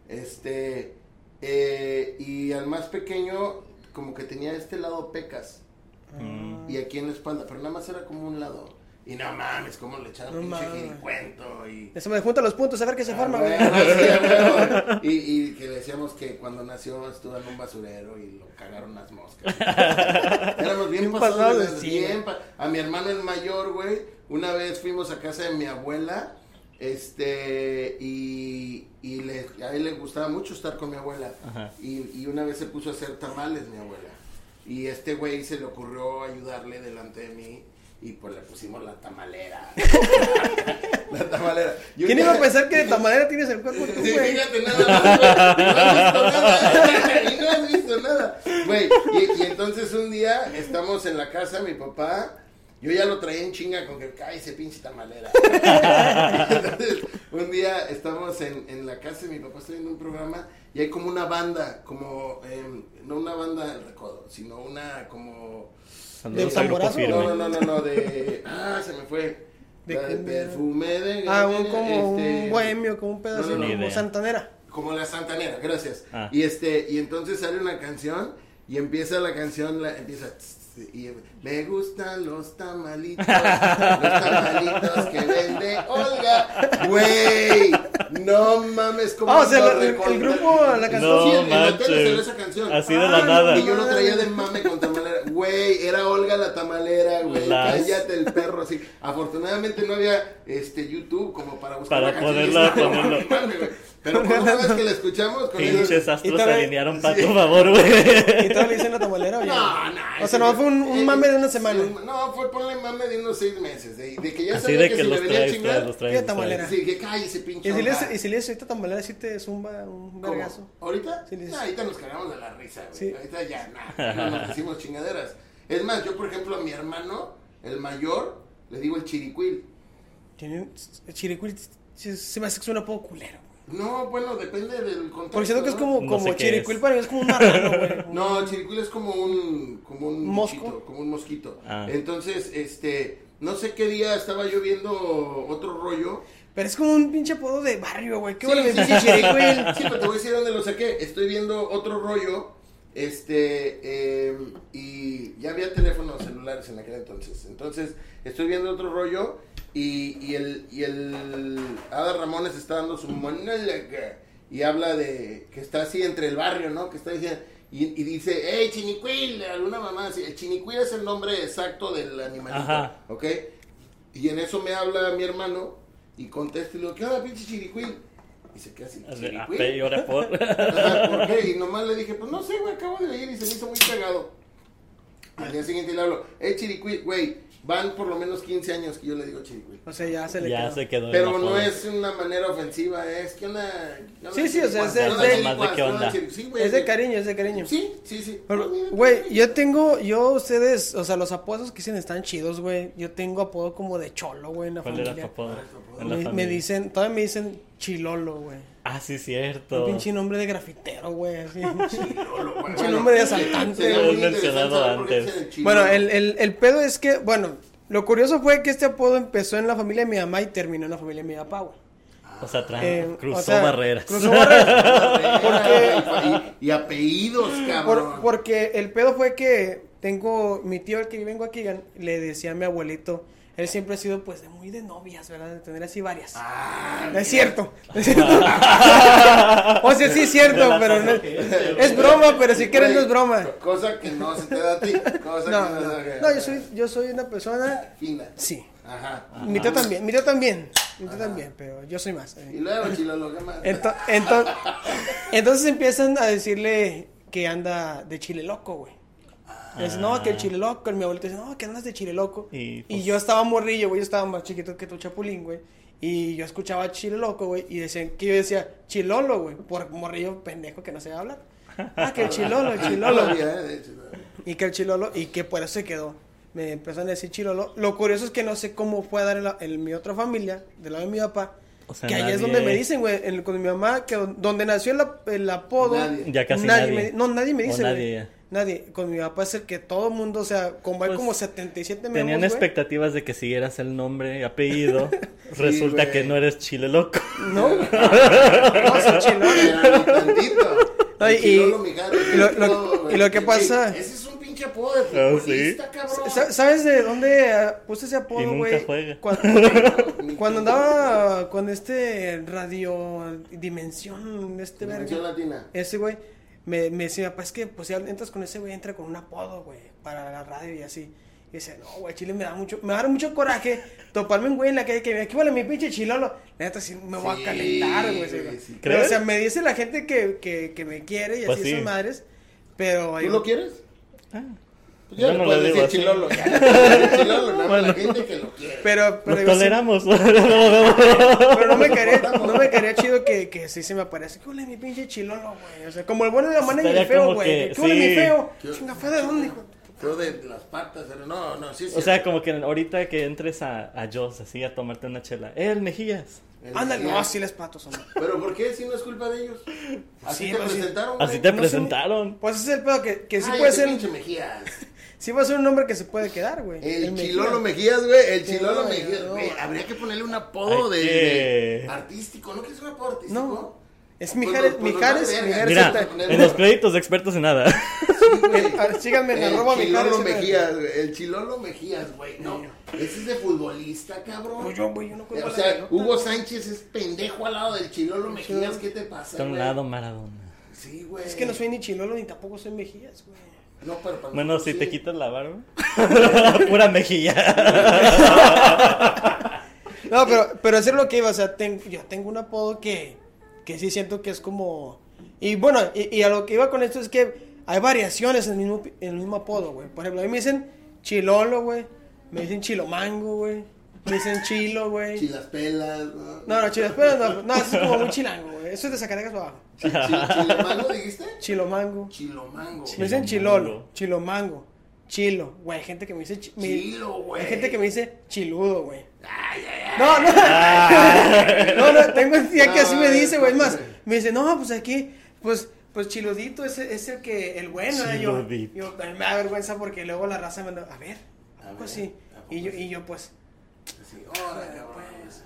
Este. eh, y al más pequeño, como que tenía este lado pecas.
Ah.
Y aquí en la espalda, pero nada más era como un lado. Y no mames, como le echaron
No
pinche
mames.
giricuento y.
Se me juntan los puntos, a ver qué se forma, güey.
Ah, güey, *laughs* sí,
*laughs*
güey. y, y que le decíamos que cuando nació estuvo en un basurero y lo cagaron
*laughs*
las moscas. Éramos bien
Bien
pasados.
pasados,
de verga,
sí,
bien pa- a mi hermano el mayor, güey, una vez fuimos a casa de mi abuela. Este, y, y le, a él le gustaba mucho estar con mi abuela.
Ajá.
Y, y una vez se puso a hacer tamales mi abuela. Y este güey se le ocurrió ayudarle delante de mí. Y pues le pusimos la
*laughs*
tamalera. la tamalera. Y un
¿Quién iba a
día-
pensar que de tamadera tienes el cuerpo tú,
Sí,
güey?
fíjate, nada más, güey. No has visto nada. *laughs* Y no has visto nada. Güey, y, y entonces un día estamos en la casa, mi papá, Yo ya lo traía en chinga con que, ay, ese pinche
*laughs*
tamalera. Entonces, un día estamos en, en la casa de mi papá, estoy en un programa y hay como una banda, como, em, no una banda del recodo, sino una como...
Saludos
¿Del
al grupo
tamborazo?
firme.
No, no, no, no, no, de... Ah, se me fue.
De
La De,
cumbia.
perfume de...
Ah, un, como
este,
un bohemio, como un pedazo,
no, no,
no.
como
Ni idea.
Santanera.
Como la Santanera, gracias.
Ah.
Y este, y entonces sale una canción y empieza la canción, la, empieza tss, y me gustan los tamalitos, los tamalitos que vende Olga. Güey, no mames, como
Ah, o sea, el- el- el grupo, la canción.
No
sí, en la
manches.
tele salió esa canción.
Así de
Ah,
la
no,
nada.
Y yo lo traía de mame con tamalera. Güey, era Olga la tamalera, güey.
Las-
Cállate el perro, así. Afortunadamente no había este YouTube como para buscar
Para
la canción. *laughs*
poderla-
Estaba muy
ponerlo.
mame, güey. Pero por una vez que la escuchamos con ellos-
Pinches astros se
todavía-
alinearon para tu favor, güey.
Y todavía le dicen la tamalera, oye.
*laughs* No, no.
O sea, no fue un, un mame de una
eh,
semana.
sí, No, fue ponle mame de unos seis meses. De, de que ya
Así
sabía
de
que,
que
si le
los
venía a
traes,
chingar.
traes, los traes.
Fíjate,
los traes.
Malera.
Sí, que cállese, pinche.
Y si le
onda.
y si le dices tamalera, sí te zumba un
¿Cómo?
vergazo.
¿Ahorita?
Sí, le dices-
No, ahorita nos cagamos de la risa, güey.
Sí.
Ahorita ya,
*laughs*
nada. No nos decimos chingaderas. Es más, yo, por ejemplo, a mi hermano, el mayor, le digo el chiricuil.
Tiene un el chiricuil, sí, se me hace que suena poco culero. güey.
No, bueno, depende del contexto.
Porque siento que es
¿no?
como,
No
como
sé qué
chiricuil,
es.
para mí es como un marrano,
*laughs*
güey.
No, el chiricuil es como un como un
¿Mosco?
bichito, como un mosquito.
Ah.
Entonces, este, no sé qué día estaba yo viendo otro rollo.
Pero es como un pinche apodo de barrio, güey. Qué
Sí,
bueno me
sí,
dice
sí.
chiricuil.
Sí, pero te voy a decir dónde lo saqué. Estoy viendo otro rollo. Este, eh, y ya había teléfonos celulares en aquel entonces. Entonces, estoy viendo otro rollo. Y, y el, y el Ada Ramones está dando su monólogo. Y habla de que está así entre el barrio, ¿no? Que está diciendo. Y, y dice, hey, Chinicuil, alguna mamá. así. El Chinicuil es el nombre exacto del animalito.
Ajá.
¿Ok? Y en eso me habla mi hermano y contesto y le digo, ¿qué onda, pinche chiricuil? Y se queda así,
Ah,
¿chiricuil?
pe- y ahora por.
Ajá, ¿Por qué? Y nomás le dije, pues no sé, güey, acabo de leer y se me hizo muy cagado. Al día siguiente le hablo, eh, chiricuil, güey, van por lo menos 15 años que yo le digo chiricuil.
O sea, ya se le
ya
quedó.
se quedó. el
Pero no
apodo.
es una manera ofensiva, es que una... ¿qué onda,
Sí, sí, o sea, es de-
chiricuas?
es de-
¿Qué onda,
Más de qué onda.
chiricuas? ¿Qué onda, chiricuil? Sí, güey,
Es de cariño, es de cariño.
Sí, sí, sí.
Pero,
Pues, mira,
güey,
chiricuil.
yo tengo, yo, ustedes, o sea, los apodos que dicen están chidos, güey. Yo tengo apodo como de cholo, güey, en la
¿Cuál
familia.
era tu apodo? En la
Me, me
familia.
dicen, todavía me dicen chilolo, güey.
Ah, sí,
Un
cierto.
pinche nombre de grafitero, güey. así. *laughs*
Chilolo, güey.
Pinche nombre de asaltante,
sería
güey.
muy interesante
Mencionado
saber por qué
antes.
dicen el chilolo.
bueno, el, el, el pedo es que, bueno, lo curioso fue que este apodo empezó en la familia de mi mamá y terminó en la familia de mi papá, güey.
O sea, tra-
Eh, o
Ah, cruzó
sea,
barreras. *laughs*
Cruzó
*laughs*
barreras.
Porque... Y, y apellidos, cabrón.
Por- porque el pedo fue que tengo mi tío, el que vengo aquí, le decía a mi abuelito, él siempre ha sido pues de muy de novias, ¿verdad? De tener así varias.
Ah,
No es cierto. *laughs* no es cierto. o sea, sí es cierto, pero
*laughs*
no, es broma, pero si quieren no es broma.
co- Cosa que no se te da a ti. Cosa
No,
que no,
no,
se te da.
no, yo soy, yo soy una persona,
Fina.
sí.
Ajá. Ah,
Mi tío también, mi tío también, mi tío también, pero yo soy más. eh.
Y luego, Chilolo, ¿qué más?
Ento- ento- entonces empiezan a decirle que anda de chile loco, güey. Dice, no, que el chile loco. Y mi abuelito dice, no, que andas de chile loco.
Y,
Y,
pues-
yo estaba morrillo, güey. Yo estaba más chiquito que tu chapulín, güey. Y yo escuchaba chile loco, güey. Y decían que yo decía chilolo, güey. Por morrillo pendejo que no
*laughs*
sabía hablar. Ah, que el chilolo, el chilolo.
*laughs* Todavía, eh, de hecho,
Y que el chilolo, y que por eso se quedó. Me empezaron a decir chilolo. Lo curioso es que no sé cómo fue a dar en, la- en mi otra familia, del lado de mi papá.
O sea,
que ahí es
nadie-
donde me dicen, güey, en- con mi mamá, que don- donde nació el, ap- el apodo.
Nadie.
Ya casi nadie.
me- no, nadie me
O
dice.
nadie
güey.
ya.
Nadie. Con mi papá es el que todo el mundo, o sea, como hay
Pues,
como 77 memos,
Tenían
güey.
expectativas de que siguieras el nombre y
*laughs*
apellido. Resulta
güey.
que no eres chile loco.
No,
*laughs*
güey. No, soy chilolo.
Pero ni tantito.
No,
El
y-
Chilolo, mi gato,
y lo- lo-
no, güey.
y lo que
Ey,
pasa-
Ese es un pinche apodo de
Ah, sí.
futbolista, cabrón.
Sa- ¿Sabes de dónde eh, puse ese apodo,
Y
güey?
nunca juega.
Cuando-
Ni-
Cuando andaba con este radio dimensión, este
Dimensión
verga,
latina.
ese güey, me, me decía, pues es que pues, si entras con ese güey, entra con un apodo, güey, para la radio y así. Y decía, no, güey, Chile me da mucho, me da mucho coraje toparme un güey en la calle que me aquí vale mi pinche chilolo. La neta, sí, me voy
Sí,
a calentar, güey. sí,
güey,
güey.
sí.
Pero, o
¿Crees?
sea, me dice la gente que, que, que me quiere y
Pues
así
sí.
esas madres. Pero ahí-
¿Tú lo quieres?
Ah.
Pues ya
Yo
le
no
puedes
le digo
decir
así.
chilolo. Ya le
*laughs*
puedes decir chilolo, nada más
Bueno.
la gente que lo quiere.
pero, pero
Nos
yo sí-
toleramos.
*laughs* Pero no me caería, no me caería chido que, que sí se me aparece. ¿Qué huele mi pinche chilolo, güey? O sea, como el bueno de la mano y el
Estaría
feo,
como
güey.
que-
¿Qué huele mi
sí.
feo? Chinga, feo de dónde, hijo?
Yo de las patas, pero no, no, sí, sí.
O sea, como que ahorita que entres a, a Joss así a tomarte una chela. ¡Eh, el Mejillas!
El-
Ándale, no, así les patos, hombre.
Pero ¿por qué? Si no es culpa de ellos. Así
sí,
te
pues sí.
presentaron.
Así
güey.
te
No sé,
presentaron.
Pues ese es el pedo que, que sí
Ay,
puede
ese
ser.
pinche Mejías.
Sí puede ser un nombre que se puede quedar, güey.
El,
Mejía.
Chilolo Mejías, güey. El Chilolo
No,
Mejías.
no.
Güey, habría que ponerle un apodo
Hay
de,
que-
de artístico. ¿No quieres un apodo artístico?
No. Es
Pues
Mijares,
los- pues los
Mijares,
más vergas.
Mijares.
Mira,
Z.
Poner-
en los créditos de expertos en
*laughs*
nada.
*laughs* El- a ver, Síganme en arroba
El Chilolo
Mijares.
Mejías, güey. El Chilolo Mejías, güey. No. Ese es de futbolista, cabrón.
Pues yo, güey, yo no cuelgo
o
la
sea,
pelota.
Hugo Sánchez es pendejo al lado del Chilolo Mejías. ¿Qué te pasa?
Está a un
güey?
lado Maradona.
Sí, güey.
Es que no soy ni Chilolo ni tampoco soy Mejías, güey.
No, pero para
Bueno,
nosotros
si te
sí.
quitas la
*laughs*
barba. *laughs* Pura mejilla.
No, pero, pero eso es lo que iba, o sea, ten- yo tengo un apodo que, que sí siento que es como... Y bueno, y, y a lo que iba con esto es que hay variaciones en el mismo, en el mismo apodo, güey. Por ejemplo, a mí me dicen Chilolo, güey. Me dicen Chilomango, güey. Me dicen Chilo, güey.
Chilas pelas, ¿no?
No, no, Chilo, espera, no, no, eso es como muy chilango, güey. Eso es de Zacatecas para abajo.
Chi- chi-
*laughs*
¿Chilomango dijiste?
Chilomango.
Chilomango.
Me dicen
Chilomango.
Chilolo, Chilomango, Chilo, güey. Hay gente que me dice... chi- me-
Chilo, güey.
Hay gente que me dice Chiludo, güey.
Ay, ay, ay. Ah.
No, no. no, no, tengo un tía que así me
Ay,
dice, güey. Es más,
güey.
me dice, no, pues aquí, pues, pues Chiludito es, es el que, el bueno. ¿eh?" Yo,
Chiludito.
yo también me da vergüenza porque luego la raza me anda, a ver,
A
¿a poco
ver,
sí?
¿a poco
Y yo,
sí?
y yo pues,
Sí, órale, pues.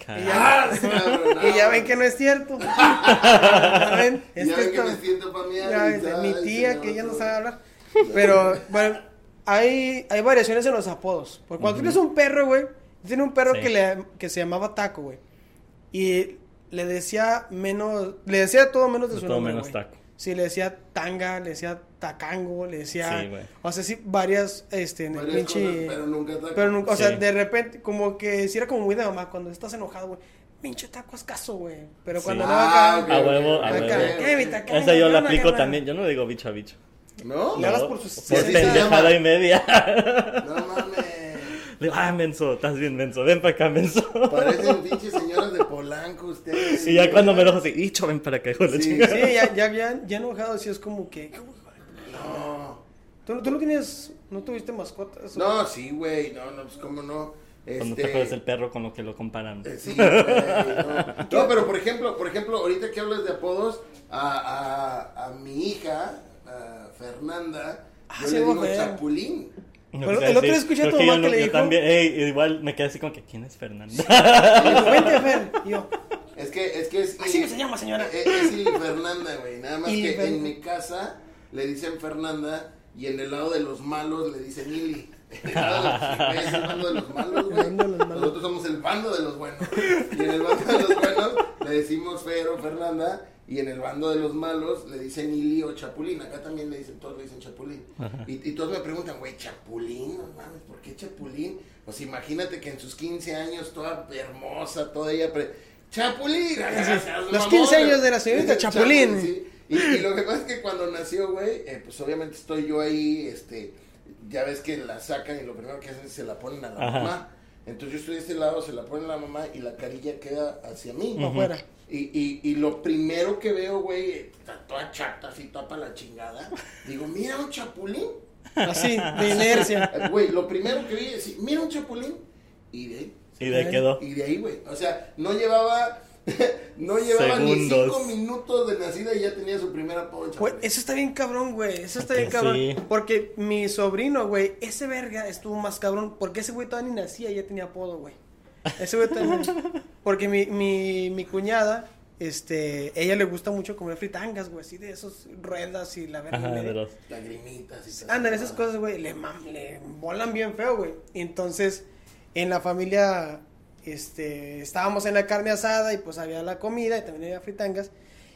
y
Caray.
*laughs* ya,
Ah, cabrón, no.
y ya ven que no es
*laughs*
cierto. Ya ven, es
ya
que
ven que
esto-
me siento pa' mear
ya
y
ves,
tal,
mi
y
tía
no,
que ya no
todo.
sabe hablar. Pero, bueno, hay, hay variaciones en los apodos. Porque cuando tienes un perro, güey, yo tenía un perro
Sí.
que, le, que se llamaba Taco, güey. Y le decía menos, le decía todo menos de
De
su
todo
nombre,
menos
güey.
Taco.
Sí, le decía tanga, le decía tacango, le decía...
Sí, güey.
o sea, sí, varias, este, en el
Varias
pinche-
cosas, pero nunca taco.
pero nunca, o sea,
Sí.
de repente, como que si era como muy de mamá, cuando estás enojado, güey, pinche taco escaso, güey. Pero
Sí.
cuando no
Ah,
acá,
ok,
A
ok,
huevo, a
ok,
huevo.
ok.
¿Qué, mi taca?
Esa yo la
Mañana,
aplico
carnal.
también. Yo no digo bicho a bicho.
¿No?
Le
No,
hablas por sus-
por
sí, sí,
pendejada
sí.
y media. *laughs*
No mames.
Le digo, ah, menso, estás bien menso. Ven para acá, menso.
Parecen pinches señoras de Polanco
*laughs*
ustedes.
Y ya cuando me enojo así, hicho, ven para acá, hijo de la
Sí.
chingada.
Sí, ya, ya, ya, ya enojado, así es como que.
No.
¿Tú, tú no tienes. No tuviste mascotas.
No, sí, güey. No, no, pues cómo no.
Cuando
Este,
te acuerdas el perro con lo que lo comparan.
Eh,
*laughs*
Sí, güey, no.
*laughs*
No, pero por ejemplo, por ejemplo, ahorita que hablas de apodos, a, a, a mi hija, a Fernanda,
Ah,
yo
sí,
le digo
güey.
Chapulín.
No
Pero
quise
el otro día
decir,
escuché a
creo
tu
yo
mamá que
no-
le
yo
dijo-
también, ey, igual me quedé así como que, ¿quién es Fernanda?
Y yo, Vente, Fer. Y yo.
Es que, es que es.
Así se llama, señora. *laughs*
Es, es Il Fernanda, güey. Nada más
Il
que
Fer-
en mi casa le dicen Fernanda y en el lado de los malos le dicen Ili. *laughs* El lado de
Ah.
los- es el bando de los malos, güey.
bando de los malos.
Nosotros somos el bando de los buenos. Y en el bando de los buenos le decimos Fero, Fernanda. Y en el bando de los malos le dicen Ili o Chapulín. Acá también le dicen, todos le dicen Chapulín. Y, y todos me preguntan, güey, Chapulín, no mames, ¿por qué Chapulín? Pues imagínate que en sus 15 años, toda hermosa, toda ella. pre- Chapulín,
Los 15 años de la
*laughs*
señorita Chapulín.
sí. Y, y lo que pasa es que cuando nació, güey, eh, pues obviamente estoy yo ahí, este, ya ves que la sacan y lo primero que hacen es se la ponen a la
Ajá.
mamá. Entonces yo estoy de este lado, se la ponen a la mamá y la carilla queda hacia mí.
Para afuera.
Y, y, y lo primero que veo, güey, está toda chata, así toda para la chingada. Digo, mira un chapulín.
Así,
*laughs*
de inercia.
Eh, Güey, lo primero que vi es, decir, mira un chapulín. Y de ahí
*laughs* Y de ahí quedó.
y de ahí, güey. O sea, no llevaba. no llevaba ni
Segundos.
cinco minutos de nacida y ya tenía su primera apodo de
Güey,
Chapulín.
eso está bien cabrón, güey. Eso está bien
Sí.
cabrón. Porque mi sobrino, güey, ese verga estuvo más cabrón. Porque ese güey todavía ni nacía y ya tenía apodo, güey. Ese güey todavía. Porque mi, mi, mi cuñada, este, ella le gusta mucho comer fritangas, güey, así de esos ruedas y la verga. y
Ajá,
media.
de los...
Lagrimitas y tal.
Andan, esas cosas, güey, le, mam- le volan bien feo, güey. Entonces, en la familia, este, estábamos en la carne asada y pues había la comida y también había fritangas.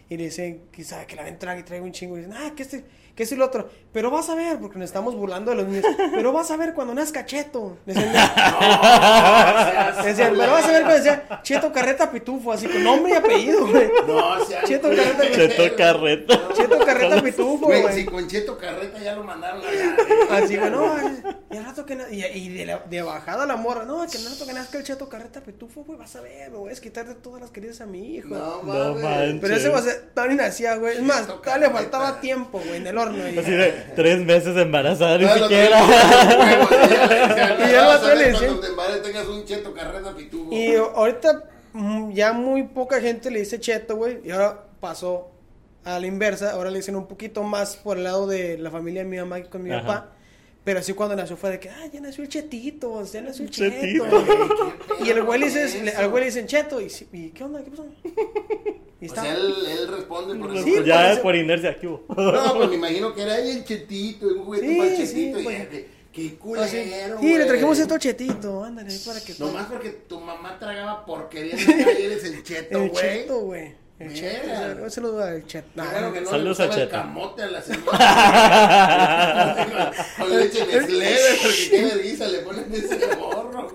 Y le dicen, quizá que la ven traga y traiga un chingo. Y dicen, ah, que este, que este y lo otro. Pero vas a ver, porque nos estamos burlando de los niños. Pero vas a ver cuando nazca Cheto. Le Decían, *laughs*
No,
le decían, pero vas a ver cuando decía Cheto Carreta Pitufo, así con nombre y apellido, güey.
No, sea
Cheto
culero.
Carreta-
Cheto Carreta.
Cheto Carreta Pitufo,
Güey, si
güey.
con Cheto Carreta ya lo mandaron a
*laughs*
la-
Así, güey, no, ay, y al rato que na- y, y de, la- de bajada la morra, no, que al rato que nazca el pues cheto carreta pitufo, güey, vas a ver, me voy a quitar de todas las queridas a mi hijo.
No,
No
mames.
manches.
Pero ese, o sea, Todavía ni nacía, güey. Es más,
Cierto,
todavía le
Carlita.
faltaba tiempo, güey, en el horno. y-
Así de tres meses embarazada, ni
Ah, lo
siquiera.
*laughs* Y ya la tele, sí.
Cuando te embares tengas un cheto carreta pitubo.
Y ahorita mm, ya muy poca gente le dice cheto, güey. Y ahora pasó a la inversa. Ahora le dicen un poquito más por el lado de la familia de mi mamá que con mi
Ajá.
papá. Pero así cuando nació fue de que, ah, ya nació el chetito, ya nació el cheto.
Chetito. *laughs*
Y el güey le dice, le- al güey le dicen cheto. Y, si- y ¿qué onda?
*laughs*
¿Qué pasó? Y
O
está.
sea, él, él responde por
*laughs*
eso.
Sí,
Pues ya
parece-
por inercia, aquí hubo.
No, pues me imagino que era el chetito, un juguete
Sí,
para el
sí,
chetito. y
pues.
ya que- Qué culero,
así, sí,
güey.
le trajimos esto chetito, ándale, ahí para que.
Nomás porque tu mamá tragaba
*laughs*
porquería, no eres el cheto,
el
güey.
cheto, güey. El
Mira.
cheto. o sea, Un saludo al cheto.
Qué bueno que no le
Saludos
gustaba
a
el
Cheto.
*laughs*
camote a la señora. *laughs* Con leche de sleve, porque qué vergüenza le ponen ese gorro,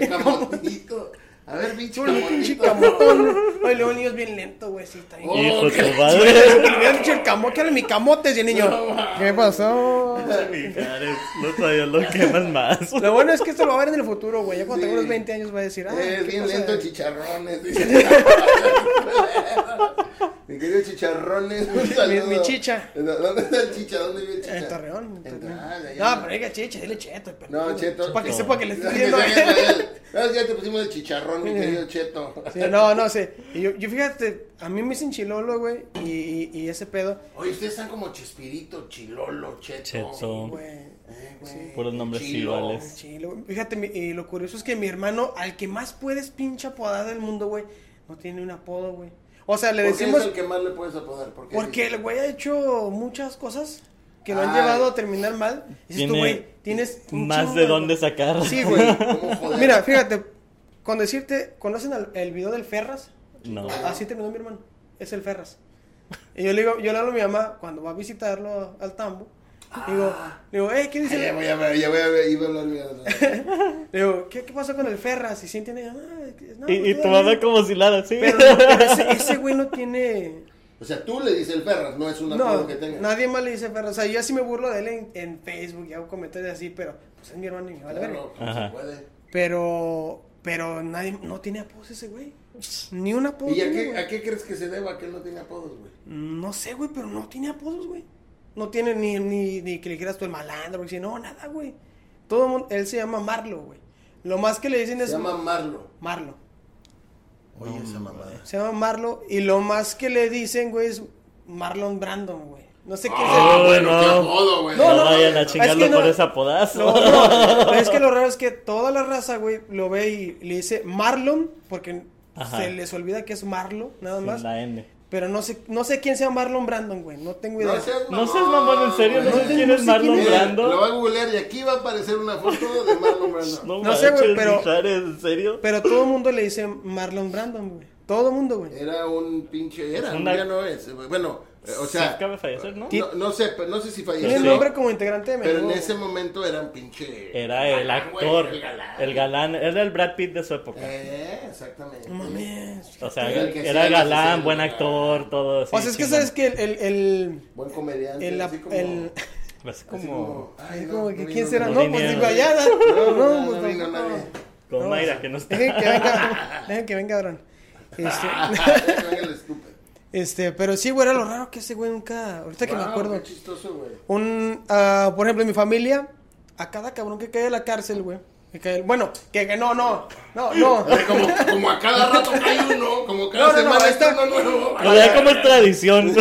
*laughs*
El camotito. A ver, pinche
Un pinche
camotito.
camotón. Ay, luego el niño es bien lento, güey. Sí, está bien.
Oh,
*laughs* Hijo de
qué
tu
*laughs*
madre. *laughs*
Le hubiera dicho el camote, que era mi camote, ese niño.
No, mames.
¿Qué pasó?
Mi cara, No todavía lo quemas más.
Lo bueno es que esto lo va a ver en el futuro, güey. Ya cuando
Sí.
tenga unos 20 años va a decir, ah, ¿qué
Es bien
pasa?
lento chicharrones.
*laughs*
dice. *laughs* Mi querido chicharrones. un saludo.
mi chicha.
¿Dó- ¿Dónde está el chicha? ¿Dónde vive el chicha?
En Torreón. en
En-
Torreón.
ah, ya, ya.
No, pero diga chicha, dile cheto. pero-
No, Cheto.
Para que
No.
sepa que le estoy
Que
viendo. Eh.
se haga saber. No, ya te pusimos el chicharrón, mi querido Cheto.
*laughs* Sí, no, no sé. Y yo, yo fíjate, a mí me dicen chilolo, güey. Y, y, y ese pedo,
Oye, ustedes están como Chespirito, Chilolo, Cheto.
Cheto.
güey.
Eh, güey.
Puros nombres
Chilo.
tribales.
Chilo, güey. Fíjate, mi- y lo curioso es que mi hermano, al que más puedes pinche apodar del mundo, güey, no tiene un apodo, güey. O sea, le
¿Por qué es
decimos
el que más le puedes apodar? ¿Por qué
porque
dices?
el güey ha hecho muchas cosas que lo han
Ay.
llevado a terminar mal. Dices tú,
Tiene
güey, tienes un
Más
chingo
de dónde sacar.
Sí, güey.
¿Cómo joder?
Mira, fíjate, con decirte, ¿conocen al- el video del Ferras?
No.
Así terminó mi hermano. Es el Ferras. Y yo le digo, yo le hablo a mi mamá cuando va a visitarlo al tambo. Digo, le digo, eh, ¿qué dice?
Ay,
el-
ya voy a ver, ya voy a ver, iba a hablar
*laughs*
mira.
Le digo, ¿qué, qué pasó con el Ferras? Y sí tiene. ah, no,
Y, y tu
todavía
mamá
no".
como si nada, sí. *laughs*
Pero, no, pero ese, ese güey no tiene.
O sea, tú le dices el Ferras, no es un apodo
No,
que tenga. Ah,
nadie más le dice Ferras. O sea, yo sí me burlo de él en, en Facebook y hago comentarios así, pero pues es mi hermano y me vale
Claro,
verga.
pues,
Ajá.
se puede.
Pero, pero nadie, no tiene apodos ese güey. Ni un apodo.
¿Y a
tiene,
qué,
güey.
a qué crees que se deba que él no tiene apodos, güey?
No sé, güey, pero no tiene apodos, güey. No tiene ni, ni, ni que le dijeras tú el malandro, güey. No, nada, güey. Todo el mundo, él se llama Marlo, güey. Lo más que le dicen
Se
es
llama Marlo.
Marlo.
Oye, esa mamada.
Se llama Marlo y lo más que le dicen, güey, es Marlon Brandon, güey. No sé qué
Ah,
Oh,
bueno,
no.
qué apodo, güey.
No,
No
no,
vayan a
es que
chingarlo
no-
por esa podazo.
No,
*laughs*
no, pero es que lo raro es que toda la raza, güey, lo ve y le dice Marlon, porque
Ajá.
se les olvida que es Marlo, nada más.
La N.
Pero no sé, no sé quién sea Marlon Brandon, güey, no tengo idea.
No seas mamón.
No seas mamón, en serio, no
No
sé
sé-
quién
no
es
sé
Marlon
quién
Mira, Lo
Brando.
va a googlear y aquí va a aparecer una foto de Marlon Brando.
No sé, güey,
manches,
pero-
Mijares, ¿En serio?
Pero todo el mundo le dice Marlon Brandon, güey. Todo el mundo, güey.
Era un pinche. Era,
Una-
ya no es. Bueno, eh, o
Se
sea.
acaba de fallecer, ¿no?
No, no sé, pero- no sé si
Tiene
Sí.
el
falleció.
nombre como integrante de
Pero en
Menudo,
ese
güey.
momento era un pinche.
Era el
galán, Ah, güey,
actor,
El galán.
el galán, era el Brad Pitt de su época.
Eh, exactamente.
No mames.
O sea,
el que
era
hacía la
galán,
serie,
buen
el
actor,
galán.
todo.
O sea, Pues es que sabes que el, el, el,
Buen comediante.
el-
así como.
el-
Pues, Así
así
como,
ay,
*laughs*
no,
como
no
que
vino
quién será,
no
no,
vino
pues
nadie.
digo, allá,
No,
*laughs* no,
no,
no,
no
pues
vino
tampoco.
nadie.
con
No, o
Mayra
sea,
que no está.
Dejen *laughs* que venga, dejen que venga,
*laughs*
cabrón. Este,
Ah,
*laughs*
*laughs* ya que venga el estúpido.
este, pero sí, güey, era lo raro que ese güey nunca, ahorita que me
Wow,
acuerdo.
Qué chistoso, güey.
Un, ah, por ejemplo, en mi familia, a cada cabrón que cae de la cárcel, güey, que cae- bueno, que, que no, no,
*laughs*
no, no.
Ay, Como, como a cada rato hay uno, como cada
No, no, no,
semana
ahí
está
está.
uno nuevo.
Lo veía como es tradición.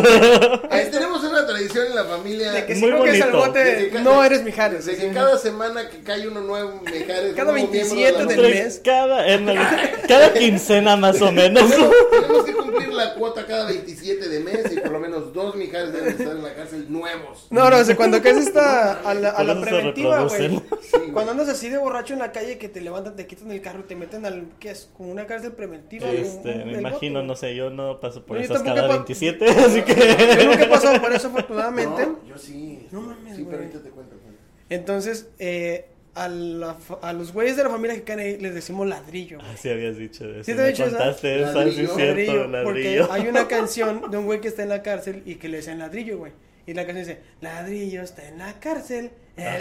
Ahí tenemos una tradición en la familia.
De que si
Muy
no caes al
bonito.
bote,
De que-
no eres Mijares.
De que
Sí.
cada semana que cae uno nuevo, Mijares.
*laughs* Cada
un nuevo miembro
27
de
del
la
Entre
mes.
cada, en el- cada quincena más o menos.
*laughs*
Tenemos que cumplir la cuota cada 27 de mes y por lo menos dos Mijares deben estar en la cárcel nuevos.
No, no, o sea, cuando caes esta a la, a
Por
la
eso se
preventiva, güey.
reproducen.
Sí, güey.
Cuando andas así de borracho en la calle que te levantan, te quitan el carro y te meten al que es como una cárcel preventiva. güey,
Este,
un-
me
el
imagino,
bote,
no sé, yo no paso por
No, yo
esas
tampoco
cada
pa-
27, *laughs* así que...
güey. Yo
*laughs*
nunca he pasado por eso afortunadamente.
No, yo sí.
No mames,
Sí, pero
güey.
ahorita te cuento. güey.
Entonces, eh, a, la fa- a los güeyes de la familia que caen ahí les decimos ladrillo. güey.
Así Ah, habías dicho de eso.
¿Sí te
me
había dicho esa?
contaste esa, sí es *laughs*
Ladrillo,
cierto,
Porque
ladrillo.
hay
*laughs*
una canción de un güey que está en la cárcel y que le dicen ladrillo, güey. Y la canción dice, ladrillo está en la cárcel.
Ajá.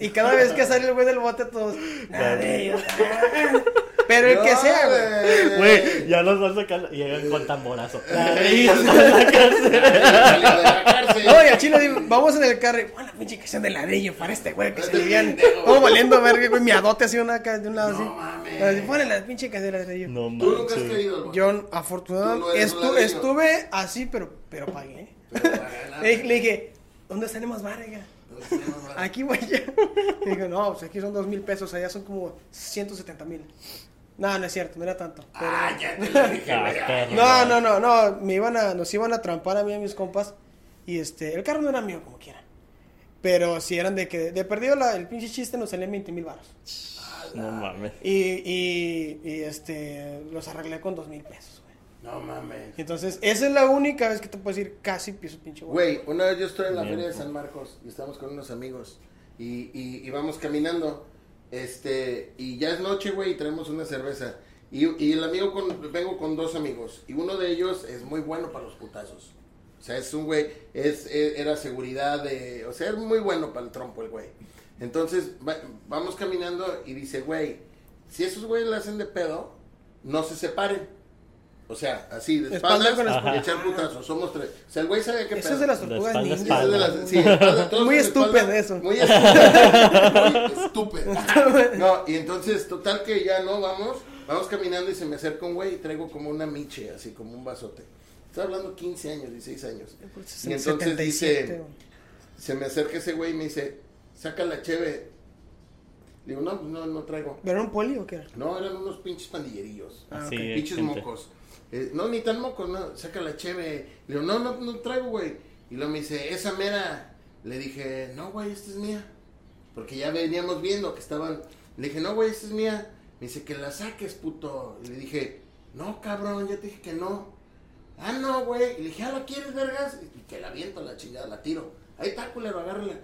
Y cada vez que sale el güey del bote todos, ladrillo. está en la cárcel". Pero el que
No,
sea, güey.
Güey, ya los van a sacar y llegan con
*laughs*
tamborazo. La risa.
Salió de la cárcel.
No, y a Chile digo, vamos en el carro y bueno, pinche que sea de ladrillo para este güey que se alivian. Todo valiendo verga, güey, mi adote así una acá de un lado así.
No mames.
Así, ponle la pinche que sea de ladrillo.
No
Tú nunca has
manches.
caído al baño.
Yo, afortunadamente,
Pues, Tú no eres un
estu-
ladrillo.
estuve así, pero, pero pagué.
Pero para nada.
Le, le dije, ¿dónde tenemos barriga? Aquí, güey. *laughs* ya. Y Digo, no, pues aquí son dos mil pesos, allá son como 170 mil. No, no es cierto, no era tanto. pero-
Ah, ya te lo dije.
Ah,
ya.
perro.
No, no, no, no, me iban a, nos iban a trampar a mí y a mis compas. Y este, el carro no era mío, como quiera. Pero si eran de que, de perdido la- el pinche chiste nos salían 20 mil baros.
No mames.
Y, y, y, este, los arreglé con dos mil pesos, güey.
No mames.
Entonces, esa es la única vez que te puedes ir casi piso pinche bola.
Güey, una vez yo estoy en la
Bien,
feria de
pues.
San Marcos y estamos con unos amigos y, y, y vamos caminando. Este, y ya es noche, güey, y traemos una cerveza. Y, y el amigo con, vengo con dos amigos y uno de ellos es muy bueno para los putazos. O sea, es un güey, es, e- era seguridad de, o sea, es muy bueno para el trompo el güey. Entonces, va- vamos caminando y dice, güey, si esos güeyes le hacen de pedo, no se separen. O sea, así, de
Espalda
espaldas,
con
espalda.
y echar putazos, somos tres. O sea, el güey sabe que
Eso es de las
De
tortugas
espalda a
ninjas.
espalda.
de las- sí, espalda, todos
Muy
con espalda.
estúpido eso.
Muy estúpido. Muy
*laughs*
estúpido. *laughs* No, y entonces, total que ya no, vamos, vamos caminando y se me acerca un güey y traigo como una miche, así como un vasote. Está hablando 15 años, 16 años. Y entonces dice,
güey.
se me acerca ese güey y me dice, saca la cheve. Le digo, no, pues no, no traigo.
¿Pero era un poli o qué era?
No, eran unos pinches pandillerillos.
Ah,
Así,
ok.
eh,
Pinches
gente.
mocos. Eh, no, ni tan mocos, no, saca la cheve. Le digo, no, no, no traigo, güey. Y luego me dice, esa mera. Le dije, no, güey, esta es mía. Porque ya veníamos viendo que estaban. Le dije, no, güey, esta es mía. Me dice, que la saques, puto. Y le dije, no, cabrón, ya te dije que no. Ah, no, güey. Y le dije, ah, ¿la quieres, vergas? Y que la aviento a la chingada, la tiro. Ahí está, culero, agárrala.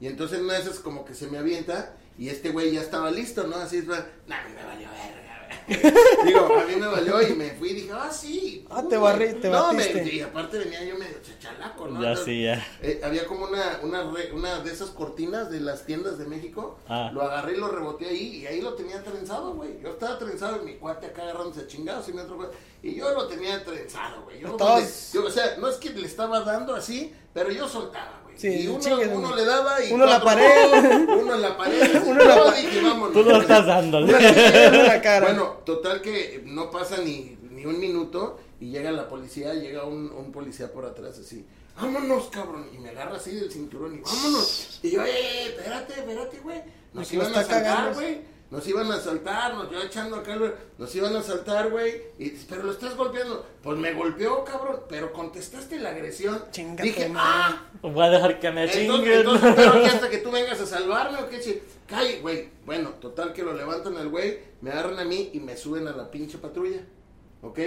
Y entonces una de esas como que se me avienta. Y este güey ya estaba listo, ¿no? Así es, va, no, a mí me valió verga, güey. *laughs* Digo, a mí me valió y me fui y dije, ah, sí.
Ah,
uh,
te barrí-
güey.
te
No,
batiste.
me- y aparte venía yo medio chachalaco, ¿no?
Ya
Entonces,
sí, ya.
eh, había como una, una, re- una de esas cortinas de las tiendas de México.
Ah.
Lo agarré y lo reboté ahí. Y ahí lo tenía trenzado, güey. Yo estaba trenzado y mi cuate acá agarrándose a chingados y mi otro cuate. Y yo lo tenía trenzado, güey. Yo,
Todos.
donde- yo, o sea, no es que le estaba dando así, pero yo soltaba, güey.
Sí,
y uno,
chingue, güey.
uno le daba y.
Uno en la
cuatro-
pared.
*laughs* Uno en la pared.
*laughs* Uno en la
Yo
pa-
dije, vámonos.
Tú
*laughs*
lo estás dándole.
En la cara.
Bueno, total que no pasa ni, ni un minuto y llega la policía, llega un, un policía por atrás así, vámonos cabrón, y me agarra así del cinturón y vámonos. Y yo, "Eh, eh, espérate, espérate, güey, nos
Aquí lo
iban a
está
saltar,
cagando.
güey. Nos iban a asaltar, nos yo echando acá, güey, nos iban a asaltar, güey. y, Pero lo estás golpeando. Pues me golpeó, cabrón. Pero contestaste la agresión.
Chinga
Dije,
tu madre.
ah,
Voy a dejar que me
entonces,
chinguen.
entonces, pero que hasta que tú vengas a salvarme o qué chi- Calle, güey. Bueno, total que lo levantan al güey, me agarran a mí y me suben a la pinche patrulla. ¿Ok?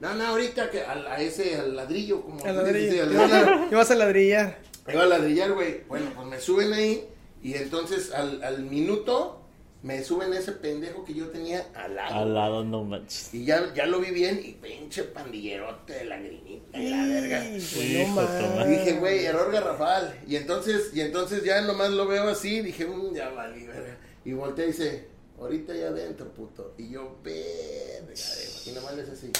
No, no, ahorita que al- a, ese al ladrillo, como
Al
tú dices,
ladrillo.
al
Yo vas *laughs*
ladrillo.
a- yo vas a ladrillar.
Me iba a ladrillar, güey. Bueno, pues me suben ahí y entonces al, al minuto me suben ese pendejo que yo tenía al lado.
Al lado, no manches.
Y ya, ya lo vi bien y pinche pandillerote de la grinita y la verga.
Sí,
Hijo de tu
Ah.
madre.
Y dije, güey, error garrafal. Y entonces, y entonces ya nomás lo veo así, dije, "Mm, ya valí, verga. Y volteé y dice, ahorita ya adentro, puto. Y yo, verga, eh, y nomás le hice así,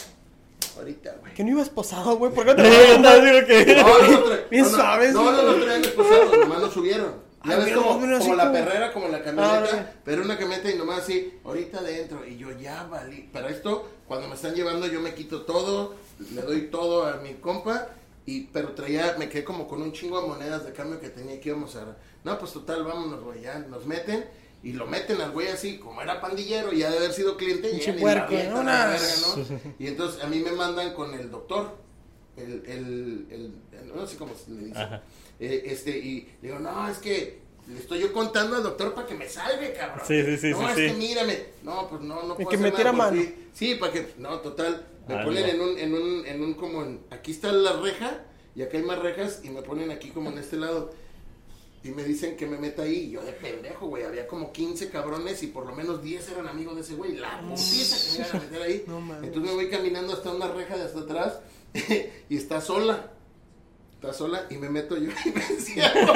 ahorita, güey.
Que no ibas posado, güey. ¿Por qué
Sí, *laughs*
no te
*laughs*
yo también digo
*laughs*
que-
No, no, no,
Bien
no, no,
suaves,
No, no,
güey.
no traían esposados, nomás lo subieron. Ya
Ay,
ves
mira,
como,
mira, así
como la
como-
perrera, como la
Ah,
camioneta,
ahora.
pero una camioneta y nomás así, ahorita adentro. Y yo ya valí. Para esto, cuando me están llevando, yo me quito todo, le doy todo a mi compa. Y, pero traía, me quedé como con un chingo de monedas de cambio que tenía que íbamos a. No, pues total, vámonos, güey. Ya nos meten y lo meten al güey así, como era pandillero y ha de haber sido cliente.
Pinche
llegan y le
puerco,
avientan
¿no?
a la
Una-
verga, ¿no?
*laughs*
Y entonces a mí me mandan con el doctor el, el, el- no sé cómo se le dice,
Ajá.
Eh, este, y le digo, no, es que le estoy yo contando al doctor para que me salve, cabrón.
Sí, sí, sí,
No,
sí,
es
sí.
que mírame. No, pues no, no
Y
puedo
que
hacer
me
nada
tira
por
mano.
ti. Sí, para que, no, total, me
Ah,
ponen
no.
en un, en un, en un, como en, aquí está la reja, y acá hay más rejas, y me ponen aquí como en este lado. Y me dicen que me meta ahí. y Yo de pendejo, güey. Había como 15 cabrones y por lo menos 10 eran amigos de ese güey. La putiza que me iban a meter ahí.
No mames.
Entonces me voy caminando hasta una reja de hasta atrás *laughs* y está sola. Está sola y me meto yo y *laughs* me
*laughs*
encierro.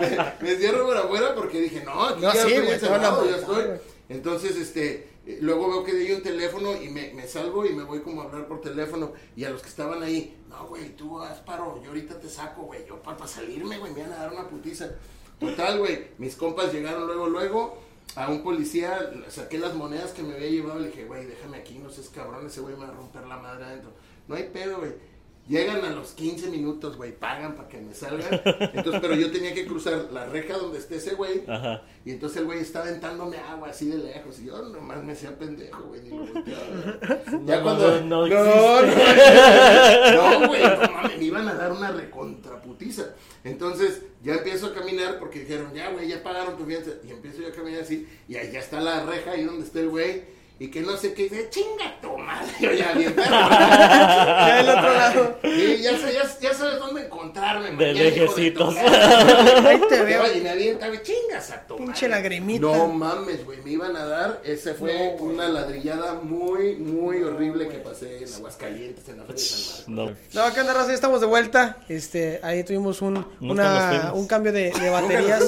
me, me encierro por afuera porque dije, no, aquí
No,
ya
sí,
estoy
güey, te van a
encerrado, ya
matar,
estoy.
güey.
Entonces, este, eh, luego veo que hay un teléfono y me, me salgo y me voy como a hablar por teléfono. Y a los que estaban ahí, no, güey, tú haz paro, yo ahorita te saco, güey, yo para salirme, güey, me van a dar una putiza. Total, güey, mis compas llegaron luego, luego. A un policía le saqué las monedas que me había llevado y le dije, güey, déjame aquí, no seas cabrón, ese güey me va a romper la madre adentro. No hay pedo, güey. Llegan a los 15 minutos, güey, pagan para que me salgan. Entonces, pero yo tenía que cruzar la reja donde esté ese güey.
Ajá.
Y entonces el güey está aventándome agua así de lejos. Y yo nomás me hacía pendejo, güey. Ni lo volteaba, güey. ya
No,
cuando.
no, no
no, no, no, güey. No mames, me iban a dar una recontraputiza. Entonces ya empiezo a caminar porque dijeron, ya, güey, ya pagaron tu fianza. Y empiezo yo a caminar así. Y ahí ya está la reja, ahí donde está el güey. Y que no sé qué, y dice, chinga tu madre. Yo ya bien
*laughs*
*laughs*
perro.
Ya del otro lado.
Sí, ya, sé- ya- ya sabes dónde encontrarme, man.
De
Ya dejo
lejecitos.
tocar.
Ahí te veo.
Oye, me avienta, güey, chingas a tu
Pinche
madre.
lagrimita.
No mames, güey, me iban a dar. Esa fue una ladrillada muy, muy horrible que pasé en Aguascalientes, en la Feria de San Marcos.
No.
No, ¿qué onda, Raza? Ya estamos de vuelta. Este, ahí tuvimos un, una-
nos fuimos.
un cambio de, de baterías.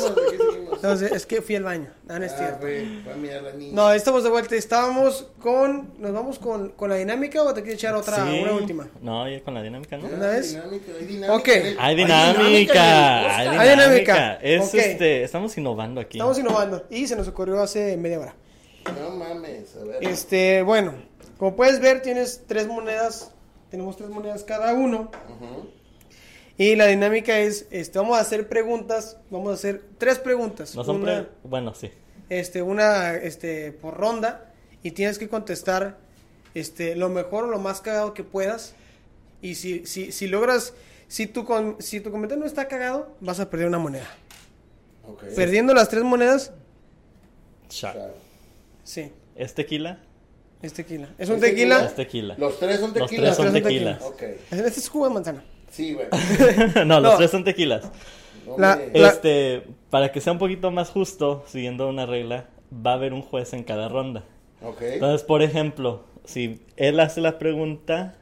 Entonces, es que fui al baño. No, no es
Ah,
cierto.
güey, va a mirar la niña.
No, estamos de vuelta. Estábamos con. ¿Nos vamos con, con la dinámica o te quieres echar otra,
Sí.
una última?
No, ya con la dinámica, ¿no?
Ah,
¿una vez?
dinámica, hay dinámica.
Ok.
Hay dinámica,
dinámica en
hay
el
dinámica.
Hay dinámica.
Es
Ok.
este, estamos innovando aquí.
Estamos innovando. Y se nos ocurrió hace media hora.
podcast. No mames, a ver.
Este, bueno, como puedes ver, tienes tres monedas. Tenemos tres monedas cada uno.
Ujú.
Y la dinámica es: este, vamos a hacer preguntas. Vamos a hacer tres preguntas.
No son
Una-
pre- Bueno, sí.
este, una este, por ronda y tienes que contestar este, lo mejor o lo más cagado que puedas. Y si, si, si logras, si tu, com- si tu comentario no está cagado, vas a perder una moneda.
Ok.
Perdiendo las tres monedas,
Shot.
Claro.
sí,
¿Es tequila?
es tequila. Es un
¿Es
tequila.
Es tequila.
Los tres son
Los tres
tequilas.
son
Los tres son
tequilas.
Ok.
Este es jugo de manzana.
Sí, güey.
*laughs* no, los
No.
tres son tequilas.
No
La-
me-
la-
Este, para que sea un poquito más justo, siguiendo una regla, va a haber un juez en cada ronda.
Ok.
Entonces, por ejemplo, si él hace la pregunta,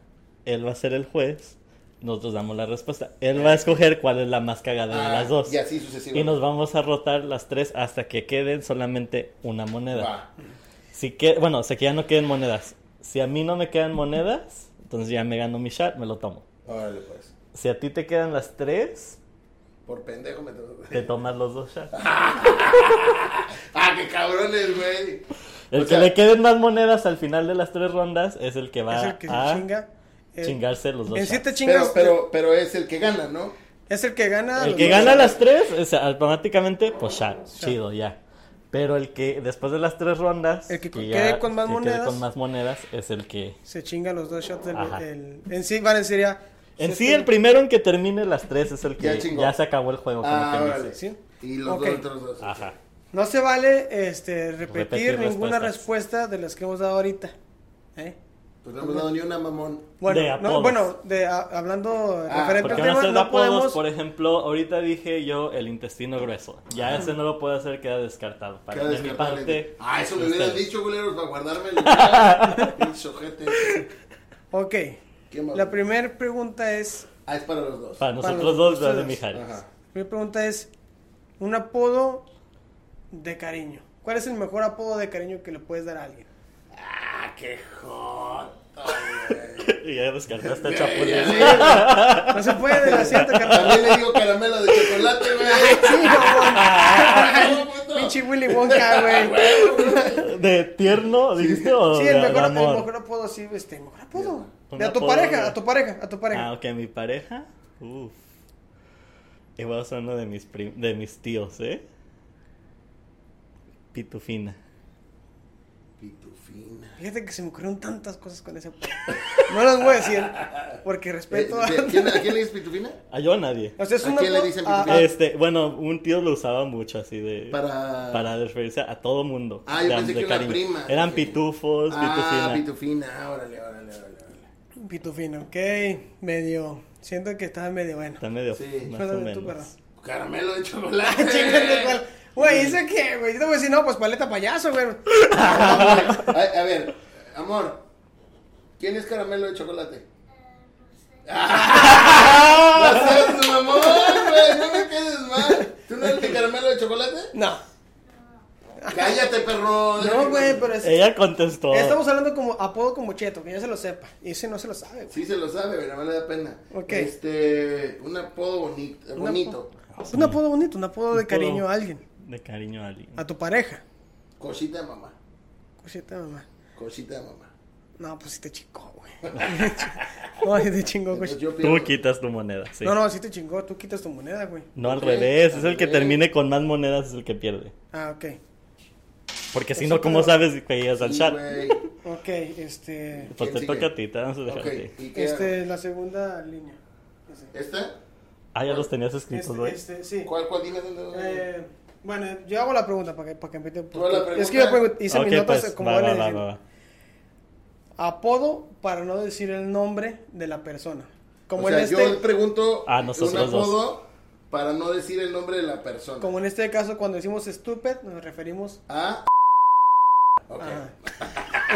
él va a ser el juez, nosotros damos la respuesta. Él va a escoger cuál es la más cagada de
Ah,
las dos.
Y así sucesivamente.
Y nos vamos a rotar las tres hasta que queden solamente una moneda.
Va.
Si que, bueno, o sea que ya no queden monedas. Si a mí no me quedan monedas, entonces ya me gano mi shot, me lo tomo.
Órale, pues.
Si a ti te quedan las tres,
Por pendejo me tengo
te tomas los dos shots.
*laughs* ¡Ah, qué cabrones, güey!
El
O
que
sea-
le queden más monedas al final de las tres rondas es el que va
Es el que se
a
chinga. Eh,
chingarse los dos.
en
shots.
siete chingas, eh,
Pero, pero, pero es el que gana, ¿no?
es el que gana.
El
los
que
dos.
gana las tres, o sea, automáticamente, pues ya, chido, ya. Pero el que después de las tres rondas,
El que quede con más
que quede
monedas.
con más monedas es el que.
Se chinga los dos shots del.
Ajá.
el- en sí, vale, sería.
En
se-
sí, el primero en que termine las tres es el que
Ya
ya,
chingó.
se acabó el juego. como
Ah,
quien dice. Ah.
órale.
Sí.
Y los
Ok.
dos otros dos.
Ajá.
No se vale este, repetir
Repetir
ninguna
respuestas.
respuesta de las que hemos dado ahorita. ¿eh?
Pues no hemos dado ni una mamón.
Bueno,
De
no,
apodos.
bueno de, a- hablando
Ah,
referente al
Porque van a
tema,
ser
no
apodos,
podemos.
por e- ejemplo, ahorita dije yo el intestino grueso. Ya ese no lo puedo hacer, queda descartado. Para
Queda
de mi
descartable.
parte. Este.
Ah, eso me
ustedes.
hubieras dicho, culeros, para guardarme
*laughs*
el Pinche ojete.
Ok.
¿Qué más?
La primera pregunta es:
Ah, es para los dos.
Para
Para
nosotros
los-
dos, la de
ustedes.
Mijares.
Ajá.
la primera pregunta es un apodo de cariño. ¿Cuál es el mejor apodo de cariño que le puedes dar a alguien?
Ah, qué joto, güey.
*laughs* Y ya descartaste a
Ya, ya
Chapulín.
le digo.
No se puede, de la sienta, carnal.
*laughs* También le digo caramelo de chocolate, güey.
Sí, no,
Ah, *laughs*
güey. Pinche Willy Wonka,
*laughs*
güey.
¿De tierno dijiste o
Sí,
de,
el
de
mejor, el
amor?
mejor apodo, sí, este, el mejor apodo.
Un
De a tu
apodo,
pareja,
güey.
a tu pareja, a tu
Ah,
pareja.
ok, mi pareja. Uf. Igual son uno de mis, prim- de mis tíos, ¿eh? Pitufina.
Pitufina.
Fíjate que se me ocurrieron tantas cosas con ese apodo. No las voy a decir, porque
Eh,
respeto a...
¿de- ¿Quién a quién le dices pitufina?
A Ah, yo a nadie.
O sea, es
¿A
un
quién le
apodo-
dicen
a-
pitufina?
a-
Este, bueno, un tío lo usaba mucho así de...
Para.
para referirse a todo mundo.
Ah, yo
De-
pensé
de
que una
cariño.
prima.
Eran
Ok.
pitufos,
Ah,
pitufina.
pitufina. Órale, órale, órale. órale.
Pitufina, ok. Medio. Siento que estaba medio bueno.
Está medio
Sí.
más o
Suéltame tú,
menos.
*laughs*
Caramelo de
perro. Chingate,
chocolate.
cuál- *laughs* Güey, ¿eso qué, güey? Yo te voy a decir, no, pues paleta payaso, güey.
a, a ver, amor, ¿quién es caramelo de chocolate? ¡Ah! ¡No seas tu mamón, güey! ¡No me quedes mal! ¿Tú no eres de caramelo de chocolate?
No.
Cállate, perro.
No, güey, pero es-
Ella contestó.
estamos hablando como apodo como Cheto, que ya se lo sepa. Y ese no se lo sabe, güey.
Sí se lo sabe, pero no le da pena.
Ok.
Este, un apodo bonito.
Un
bonito.
Un apodo bonito, un apodo de
Un
cariño
apodo.
a alguien,
De cariño a alguien.
Ah,
a tu pareja.
Cosita de mamá.
Cosita, mamá.
Cosita de mamá.
No, pues sí te chingó, güey. *laughs* no, sí te chingó, pues.
Entonces
Tú
güey.
yo pienso-
quitas tu moneda, sí.
No, no, sí te chingó. Tú quitas tu moneda, güey.
No, al
Ok,
revés. Es
al
el que
revés.
termine con más monedas es el que pierde.
Ah, ok.
Porque si
Eso
no, ¿cómo
creo.
sabes que llegas al
Sí,
chat?
güey.
Ok, este.
Pues
¿Quién
te
sigue?
toca a ti, te vamos a dejar
Ok,
a ti.
¿y qué
Este, la segunda línea. Ese.
hago? ¿Esta?
Ah, ya los tenías escritos,
Este,
güey.
este, sí.
¿Cuál, cuál? Dime dónde- dónde.
Eh, bueno, yo hago la pregunta para que, para que empiece.
Tú haz la pregunta.
Es que yo pregun- hice
Ok,
mis notas
pues,
como
va,
van a
va, va,
decir.
va, va.
Apodo para no decir el nombre de la persona. Como,
o sea,
en este,
yo pregunto
Ah, nosotros
un
dos.
apodo para no decir el nombre de la persona.
como en este caso, cuando decimos stupid, nos referimos
Ah. Ok. *laughs*
a.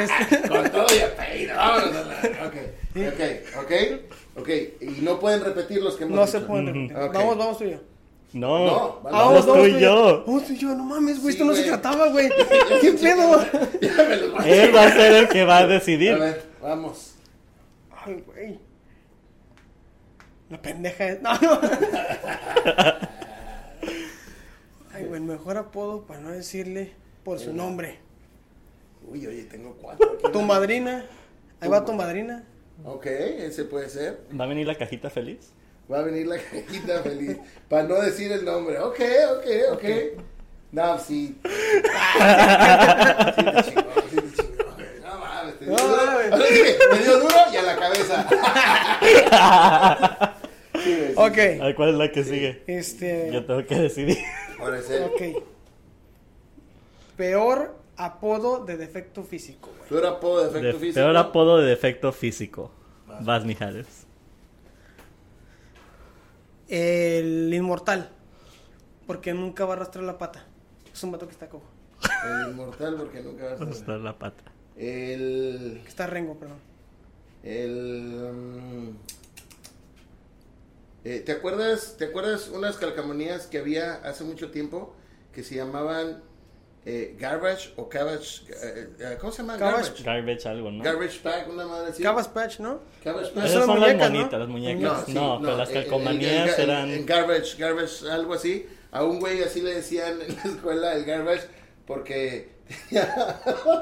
Este-
Con todo y apellido. Vámonos. a la- Ok. Ok. Ok. Ok. Y no pueden repetir los que hemos
no se
Mm.
dicho.
pueden repetir.
Ok.
Vamos, vamos tú y yo.
No,
No,
no,
Ah,
vamos tú y yo.
Vamos tú y yo, no mames, güey,
Sí,
esto no se
güey.
trataba,
*laughs*
güey. ¿Qué pedo?
Ya me
*laughs*
los voy a-
Él va a ser el que va a
*laughs* A
decidir.
ver, vamos.
Ay, güey. La pendeja es. *laughs* No, no. Ay, güey, mejor apodo para no decirle por su nombre.
Uy, oye, tengo cuatro. aquí.
Tu madrina. Ahí va tu madrina.
Ok, ese puede ser.
¿Va a venir la cajita feliz?
Va a venir la *laughs* cajita feliz. Para no decir el nombre. Ok, ok, ok.
*laughs*
No, sí. sí te chingó, sí te chingó, güey. No mames, te dio
No
duro.
mames.
Ahora sí que Me dio duro y a
*laughs*
la cabeza. Sí, güey, sí.
Ok.
A ver, ¿Cuál es la que sigue? Yo
Este.
tengo que decidir.
Ahora es él.
Ok. Peor apodo de defecto físico, güey.
Peor apodo de efecto
De-
físico.
peor apodo de defecto físico. Vas, Mijares.
El inmortal. Porque nunca va a arrastrar la pata. Es un vato que está cojo.
El inmortal porque nunca vas a
Vamos a
estar.
dar la pata.
El.
Que está rengo, perdón.
El. mm, eh, ¿Te acuerdas? ¿Te acuerdas unas calcamonías que había hace mucho tiempo que se llamaban eh, garbage o cabbage? eh, eh, ¿Cómo se llama?
Cabbage.
Garbage algo, ¿no?
Garbage pack, una madre así.
Cabas Patch, ¿no?
Cabbage
Esas
Son
son
las
las
muñecas, ¿no?
monitas, las muñecas. No,
sí, eh,
pero las
en- en- en-
calcomanías
en-
eran...
en garbage, garbage, algo así. A un güey así le decían *laughs* en la escuela el garbage porque tenía,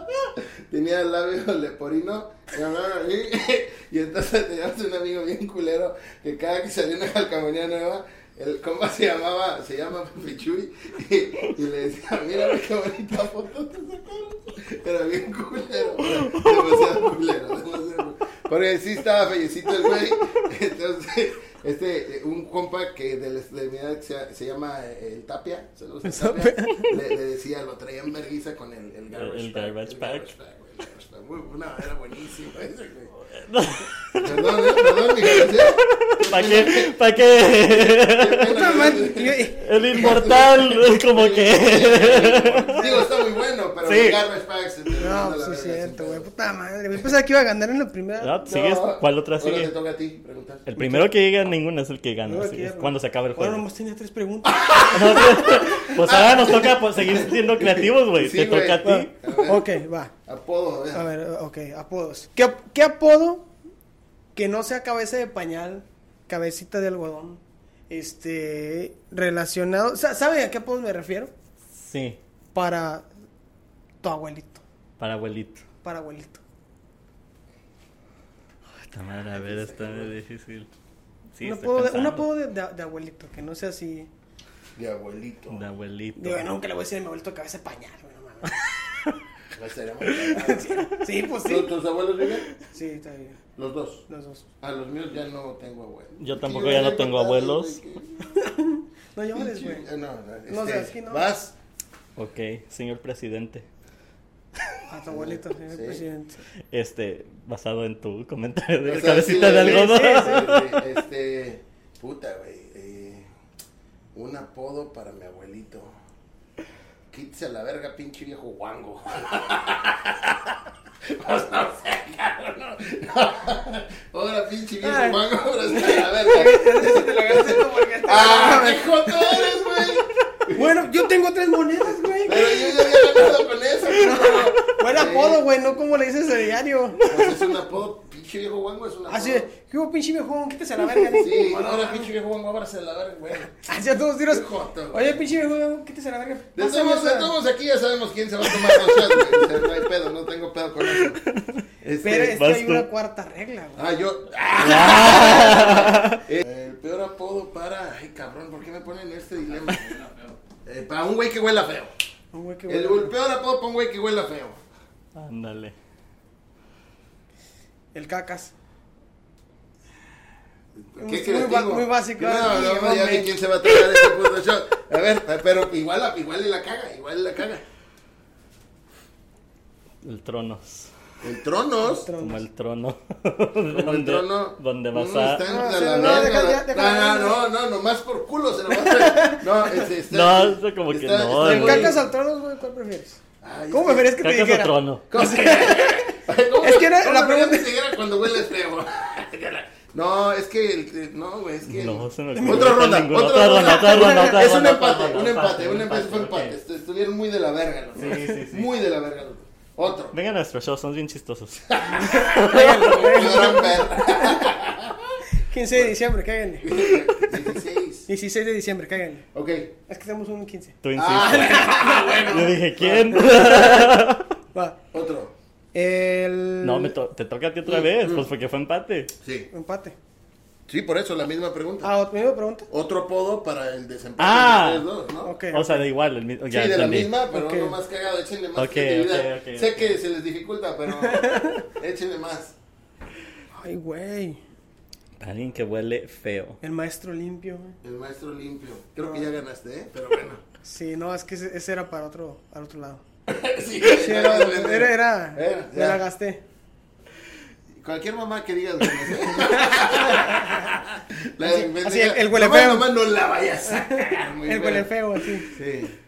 *laughs* tenía el labio leporino. y hablaba así, *laughs* Y entonces teníamos un amigo bien culero que cada que salía una calcamonía nueva, el compa se llamaba, se llama Pichuy *laughs* y, y le decía, mira qué bonita foto te sacaron. Era bien culero, demasiado culero, demasiado culero. Porque sí estaba fellecito el güey. Entonces, este, eh, un compa que de, la- de mi edad se, se llama eh, el Tapia, saludos al Tapia, le, le decía, lo traía en vergüenza con el, el garbage
El
pack.
garbage
el
pack.
garbage pack, güey, el garbage pack. Muy- Una manera buenísima ese güey. Perdón, eh, perdón, mi gracia.
¿Para qué? ¿Para qué? *laughs*
Puta madre. Yo-
El
*laughs*
inmortal *laughs* es como que...
Digo, está muy bueno, pero
Sí.
el garbage pack se te manda
No,
a la
sí,
verga
es
sin
cierto, güey.
pedo.
Puta madre, güey. Pensaba que iba a ganar en la primera.
No, ¿Sigues?
No,
¿Cuál otra
ahora
sigue?
te toca a ti preguntar.
El primero que llega a ninguno es el que
Luego
gana. así
aquí
es
ya-
cuando se acaba el
Ahora
juego. Ah,
nomás tenía tres preguntas.
Pues ahora
*laughs*
nos toca pues, seguir siendo creativos, güey.
Sí,
Te
güey.
toca a ti.
A ver,
ok, va.
Apodo,
A
a ver.
ver, ok, apodos. ¿Qué, ap- qué apodo que no sea cabeza de pañal, cabecita de algodón, este, relacionado... sa- ¿Sabe a qué apodos me refiero?
Sí,
Para tu abuelito,
para abuelito.
para abuelito.
Esta madre, a ver, está muy difícil. Sí,
un
estoy
apodo, de, un
pensando.
apodo de, de- de abuelito, que no sea así...
De abuelito.
De abuelito.
Digo, nunca le voy a decir a mi abuelito cabeza de pañal, güey, no
*laughs*
mames.
La estaría muy cagada.
Sí, pues
¿Tus-
sí.
¿Tus abuelos viven?
Sí, está bien,
Los dos.
los dos.
A los míos ya no tengo abuelos.
Yo tampoco ya no tengo abuelos.
No llores, güey.
No, no,
No,
este,
es que no.
Vas.
Ok, señor presidente.
A Ah, tu abuelito, señor
Sí. *laughs*
presidente.
Este, basado en tu comentario de
O sea,
cabecita
sí,
de
sí,
algodón. *laughs*
sí, sí, Este, puta, güey. eh, un apodo para mi abuelito. Quítese a la verga, pinche viejo guango. *laughs* Pues no sé, cabrón. no. Ahora, pinche viejo
Ay.
guango, ahora está la verga.
*laughs*
¡Ah, qué joto eres, güey!
Bueno, yo tengo tres monedas, güey.
Pero yo ya había
eso diario.
Pues es un apodo, pinche viejo guango es un apodo.
Así de, ¿qué hubo, pinche viejo? Quítese a la verga.
Sí, ahora pinche viejo guango, ábrase la verga, güey.
*laughs* Así a todos tiros.
Qué joto, güey.
Oye, pinche viejo, quítese a la verga.
De
Pasa,
todos, de
pasa.
todos aquí ya sabemos quién se va a tomar los shots, güey. O sea, no hay pedo, no tengo pedo con eso. Este,
Pero es que
Vas
hay
tú.
una cuarta regla, güey. *laughs*
Ah, yo. Eh, El peor apodo para. Ay, cabrón, ¿por qué me ponen este dilema? Eh, para un güey que huela feo.
Un güey que
El,
huele-
el peor apodo para un güey que huela feo.
Ándale.
El cacas.
¿Qué
Muy
crees?
ba- muy básico,
No,
así,
no, no, ya
hombre.
vi quién se va a tomar este puto shot. A ver, eh, pero igual, la- igual y la caga, igual y la caga.
El tronos.
El tronos.
Tronos.
Como el trono.
Como el
donde,
trono.
Donde
Mm,
vas a.
está
No,
entre
se-
la
Ah, no,
verga,
deja-
la-
deja- deja-
No, no, no, nomás por culo se lo va a traer. No, este, está-
No, esto como que no,
¿El
güey.
cacas al trono, güey? ¿Cuál prefieres?
Ay,
¿Cómo
este-
prefieres que te
Cacas o
dijera?
trono.
¿Cómo
*laughs*
que- ¿Cómo
Es que era
cómo
la
prefieres
pregunta-
que te diera cuando hueles feo? *laughs* No, es que el- no, güey, es que
No, se me ocurre
otra ronda,
ninguna.
otra,
Otra
ronda,
ronda, otra ronda, otra
es un
ronda,
empate,
otra ronda,
un empate, un
un
empate, fue
empate,
empate.
ok.
Estu- Estuvieron muy de la verga, los dos.
Sí, sí, sí.
Muy de la verga, los dos. Otro.
Vengan a nuestro show, son bien chistosos.
*laughs* Gran *laughs* verga.
15 de diciembre, cáiganle.
16.
16 de diciembre, cáiganle.
Ok.
Es que tenemos un 15.
Tú insistes.
*laughs*
Ah,
Yo
bueno.
dije,
*laughs*
¿quién?
Va.
Otro.
El.
No, me to- te toca a ti
Mm,
otra vez, pues porque fue empate.
Sí.
Empate.
Sí, por eso la misma pregunta.
Ah, ¿ot- ¿me pregunta?
Otro apodo para el desempate
Ah.
de ustedes dos, ¿no?
Ok.
O sea, da igual. El mismo,
Sí,
ya
de la
entendí.
misma, pero
Ok.
no más cagado, échenle más
Ok,
creatividad.
ok, ok,
sé
ok.
que se les
*laughs*
dificulta, pero échenle más.
Ay, güey.
Alguien que huele feo.
El maestro limpio, güey.
El maestro limpio. Creo
Ah.
que ya ganaste, ¿eh? Pero bueno.
Sí, no, es que ese, ese era para otro, al otro lado.
sí,
*laughs* Sí,
*laughs*
era,
ya, ya, ya.
era, era,
Era,
me la
ya.
gasté.
Cualquier mamá
*laughs*
que digas. bueno, sí. ¿eh? La
Así-
de-
así, el- el huele
Nomás,
feo.
nomás no la
*laughs*
vayas a sacar, muy
El
feo.
huele feo, así.
Sí.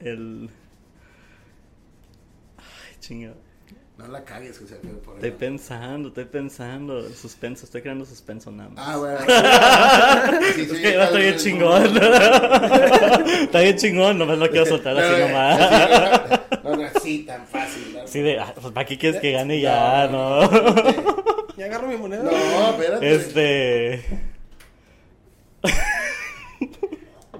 El. Ay, chingado.
No la cagues, José Alfredo, por
Estoy
ahí.
pensando, estoy pensando. El suspenso, estoy creando suspenso nada más.
Ah, bueno. Ah,
*laughs* Es que va a estar bien chingón.
*laughs*
*laughs* Está bien chingón, nomás lo quiero soltar eh, así nomás. *laughs*
nomás. No, no, así tan fácil. ¿no?
Así de, ah, pues para qué quieres que gane ya, ¿no?
Ya agarro mi moneda.
No, espérate.
Este. *laughs*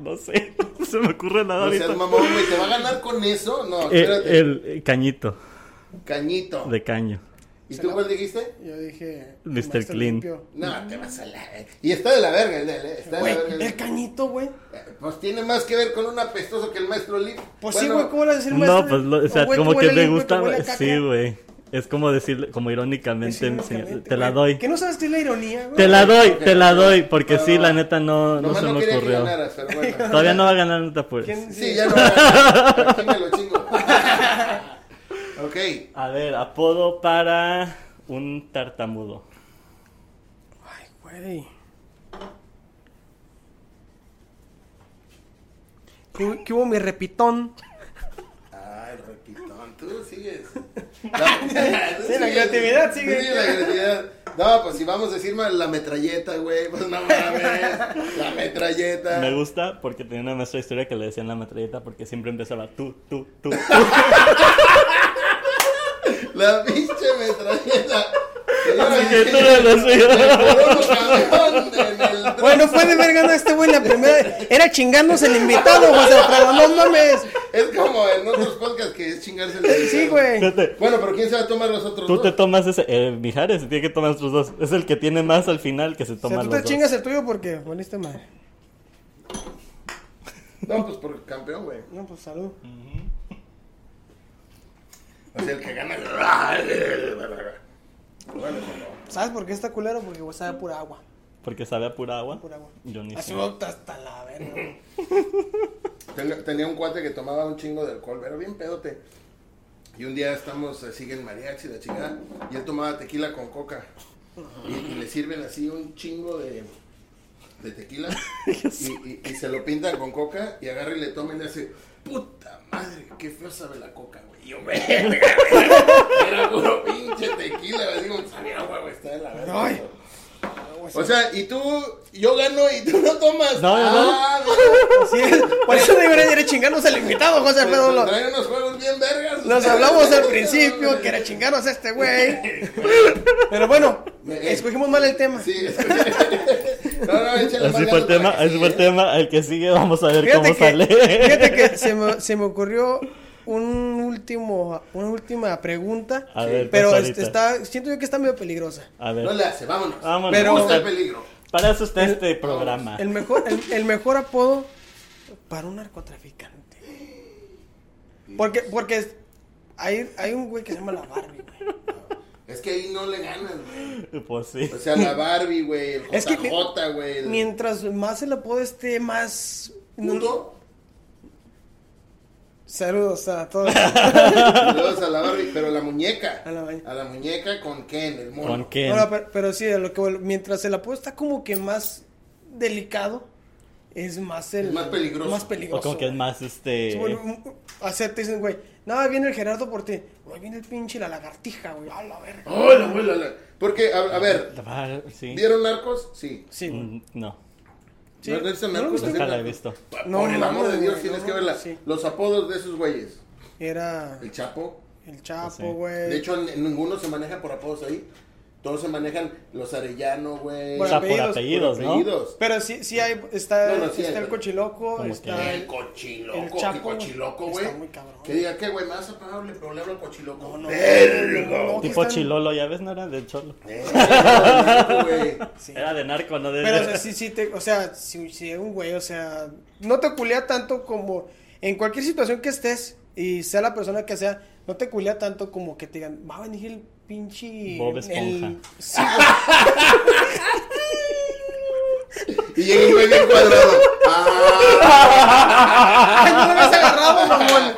No sé, no se me ocurre nada
O sea,
ahorita.
mamón, güey, ¿te va a ganar con eso? No,
Eh,
espérate.
El, eh, cañito
Cañito.
de caño.
¿Y tú cuál dijiste?
Yo dije. el
Mr.
maestro
Clean.
limpio.
No, te vas a la... Y está de la verga el de él, ¿eh? Está de
Güey,
la verga.
el cañito, güey.
Eh, Pues tiene más que ver con un apestoso que el maestro Lee.
Pues sí,
Bueno,
güey, ¿cómo le vas a decir maestro?
No, pues lo- o sea,
güey,
como que
huele
me
limpio,
gusta.
huele a caca?
Sí, güey. Es como decirle, como
Pues sí,
irónicamente, señor,
lógicamente,
te la
güey.
doey
¿Que no sabes qué es la ironía, güey?
Te la doy,
Ok,
te la
ok.
doy, porque
No,
sí,
no,
la
no.
neta no, no
nomás
se
no
me
quería que
ocurrió.
ganaras, pero
*laughs*
bueno.
Todavía no va a ganar, pues. no te apures.
¿Quién-
Sí, ya no. va a ganar. Aquí me lo chingo.
*laughs*
ok.
A ver, apodo para un tartamudo.
Ay, güey. ¿Qué, hubo- qué hubo mi repitón?
Ay, Ah, repitón, tú
*laughs*
sigues. *laughs* No,
Sí, la creatividad sigue.
Sí, la creatividad. No, pues si vamos a decir mal, la metralleta, güey. Pues no mames. La metralleta.
Me gusta porque tenía una maestra de historia que le decían la metralleta porque siempre empezaba tú, tú, tú.
La pinche metralleta. Señora,
Así que
*laughs*
tú eres la suya.
Corona campeón en
*laughs*
el
Bueno, fue de ver ganar este güey la primera. Era chingándose el invitado, José Alfredo, no mames.
Es como en otros podcasts que es chingarse el
Sí, güey.
Fíjate,
Bueno, pero ¿quién se va a tomar los otros
Tú te
dos?
tomas ese, eh, Mijares se tiene que tomar estos dos. Es el que tiene más al final que se
O
toma
sea, tú
los
te
dos.
chingas el tuyo porque voliste madre.
No, pues por campeón, güey.
No, pues salud.
O sea, el *laughs* que gana. Bueno,
¿Sabes por qué está culero? Porque güey, sabe pura agua.
Porque sabe a pura agua.
Pura agua.
Yo ni sé.
Así hasta la verga.
Tengo- Tenía un cuate que tomaba un chingo de alcohol, pero bien pedote. Y un día estamos así en mariachi, la chingada, y él tomaba tequila con coca. Y, y le sirven así un chingo de,
*laughs*
de tequila, y, y- y se lo pintan con coca, y agarra y le toma y le hace, puta madre, qué feo sabe la coca, güey. Y yo, verga, güey. Era puro pinche tequila, güey. Digo, sabía agua, güey, está de la verga.
Ay. güey.
O sea, y tú, yo gano y tú no tomas.
No, yo no.
Ah,
Así es. Por eso debería ir a chingarnos al invitado, José Alfredo.
mira,
Este Lo-
trae unos juegos bien vergas.
Nos hablamos al principio que era chingarnos a este güey. Pero bueno, escogimos mal el tema.
*laughs* eh. Sí. *laughs* No, no, échale
Así
más
fue el
ganas
tema,
para
así
que
fue el
sí, ¿eh?
tema. El que sigue, vamos a ver
Fíjate
cómo
que,
sale.
fíjate que se me, se me ocurrió un último, una última pregunta.
A ver,
pero
pasa
este,
ahorita.
está, siento yo que está medio peligrosa.
*laughs* A
¿eh? No
ver,
le hace, vámonos.
Vámonos.
Pero...
Pero-
Gusta el peligro.
para eso está este programa.
El mejor, el, el mejor apodo para un narcotraficante. Porque, porque es- hay, hay un güey que se llama la Barbie, güey.
Es que ahí no le ganas, güey.
Pues sí.
O sea, la Barbie, güey, el
Es que-
JJ, güey. el-
Mientras más el apodo esté, más.
Puto.
Saludos
*laughs*
a todos.
Saludos a la Barbie, pero la muñeca.
A la baña.
A la muñeca con Ken, el mono.
¿Con qué?
Ahora, pero, pero sí, a lo que vuelvo, mientras el apodo está como que más delicado, es más el.
Es más peligroso.
Más
O como
peligroso.
que es más
pues, Sí,
este.
bueno, un- un- Hacerte dicen, güey, nada, viene el Gerardo por ti. Güey, viene el pinche la lagartija, güey. A la verga.
Hola, hola, hola. Porque, a, a ver,
Sí.
¿vieron Narcos? Sí.
Sí, güey.
Mm, No.
Sí.
¿No has visto
¿No lo
Narcos?
viste?
Nunca la he visto.
Pa-
No,
Por el amor de
mames,
Dios,
güey,
tienes
no,
que verla.
sí.
Los apodos de esos güeyes.
Era
El Chapo.
el
Sí.
Chapo, güey.
De hecho, n- ninguno se maneja por apodos ahí. Todos se manejan los Arellano, güey.
O
Bueno,
sea, por
apellidos, por
apellidos, ¿no?
apellidos.
Pero sí, sí hay, está,
No, no, sí hay,
está el
güey.
cochiloco,
Como
está
que-
El
el...
cochiloco,
El Chapo,
el cochiloco,
güey.
güey.
Está muy cabrón.
Que diga, ¿qué, güey? ¿Me vas a pagarle? Pero le hablo al cochiloco.
No, no,
¡Verga!
no, no,
Tipo
están-
Chilolo, ya ves, no era del Cholo.
¡Verga, güey!
Sí.
Era de narco, no de.
Pero
*laughs*
o sea, sí, sí, te- o sea, si, si un güey, o sea, no te culea tanto como en cualquier situación que estés y sea la persona que sea, no te culea tanto como que te digan, va a venir el pinche...
Bob Esponja.
el- Sí, güey. *laughs*
Y llega un güey bien cuadrado. ¡Ah!
Ay, no lo habías agarrado, mamón.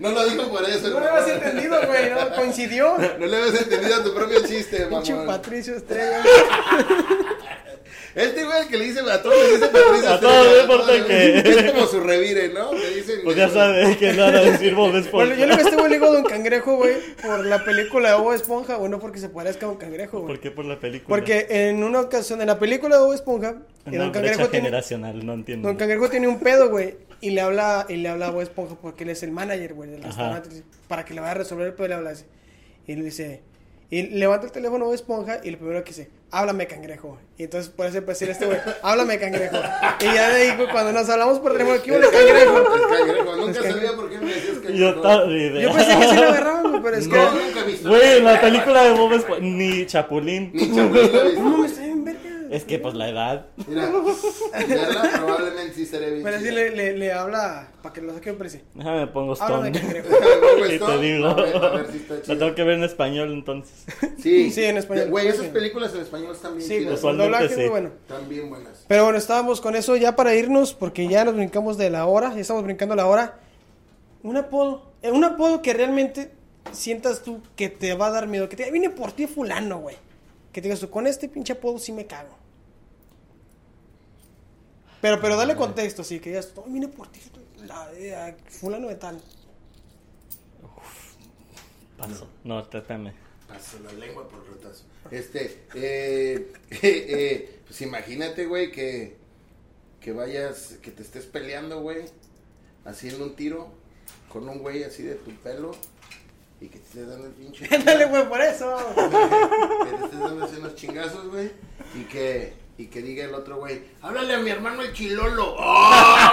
No lo dijo por eso.
No lo
hermano.
habías entendido, güey, no, *laughs* coincidió.
No le habías entendido a tu propio chiste,
Pinche
mamón.
Patricio *laughs* Estrella.
Este güey que le dice a todos, le dice Patricia
A todos,
Estrella,
no importa
todos,
que-
Es como su revire, ¿no? Le dicen.
Pues ya sabes que nada decir Bob
Bueno, yo
Esponja. *laughs*
le gasté un higo a Don Cangrejo, güey, por la película de Bob Esponja, güey, no porque se parezca a Don Cangrejo, güey.
¿Por qué por la película?
Porque en una ocasión, en la película de Bob Esponja, eh,
Una brecha
Don Cangrejo tiene,
generacional, no entiendo.
Don Cangrejo tiene un pedo, güey. Y le habla, y le habla a Bob Esponja porque él es el manager, güey, del
Ajá.
restaurante. le dice, Para que le vaya a resolver el pedo, le habla así. Y le dice, y levanta el teléfono a Bob Esponja y lo primero que dice, háblame cangrejo. Y entonces por eso empecé a decir este güey, háblame cangrejo. Y ya de ahí, güey, cuando nos hablamos por teléfono, ¿qué hubo, cangrejo?
El cangrejo.
Es
Nunca
que-
sabía por qué me decías que.
*laughs* Yo ta- ni idea.
Yo pensé que
*laughs*
sí lo agarraban, güey, pero es que.
No, nunca he visto.
Güey, en la película de Bob Esponja. Ni Chapulín.
Ni Chapulín lo he
No, este- me
visto.
está bien verga.
Es que pues la edad.
Mira, verla probablemente sí seré bien.
Pero así
chida. *laughs*
le, le, le habla para que lo saque, pero sí.
Déjame me pongo
Háblame
stone.
cangrejo.
Luego
Y
esto,
te digo.
Pues A ver, a ver si
*laughs*
está
La
chido.
tengo que ver en español entonces.
Sí.
Sí, en español.
Güey, esas películas en español están bien
Sí, güey,
chidas.
el
Usualmente
doblaje es
sí.
muy bueno.
Están bien buenas.
Pero bueno, estábamos con eso ya para irnos, porque ya nos brincamos de la hora, ya estamos brincando la hora. Un apodo, eh, un apodo que realmente sientas tú que te va a dar miedo, que te diga, viene por ti fulano, güey. Que te digas tú, con este pinche apodo sí me cago. Pero, pero dale contexto, sí, que digas, no, viene por ti la- eh, fulano de tal. *laughs*
Paso. No,
*laughs*
trátame.
Paso la lengua por el retazo. Este, eh, *laughs* eh, eh, pues imagínate, güey, que, que vayas, que te estés peleando, güey, haciendo un tiro con un güey así de tu pelo y que te estés dando
*laughs*
el pinche.
dale, güey, por eso.
que te estés dando así unos chingazos, güey, y que, y que diga el otro güey, háblale a mi hermano
*laughs*
el chilolo. ¡Oh,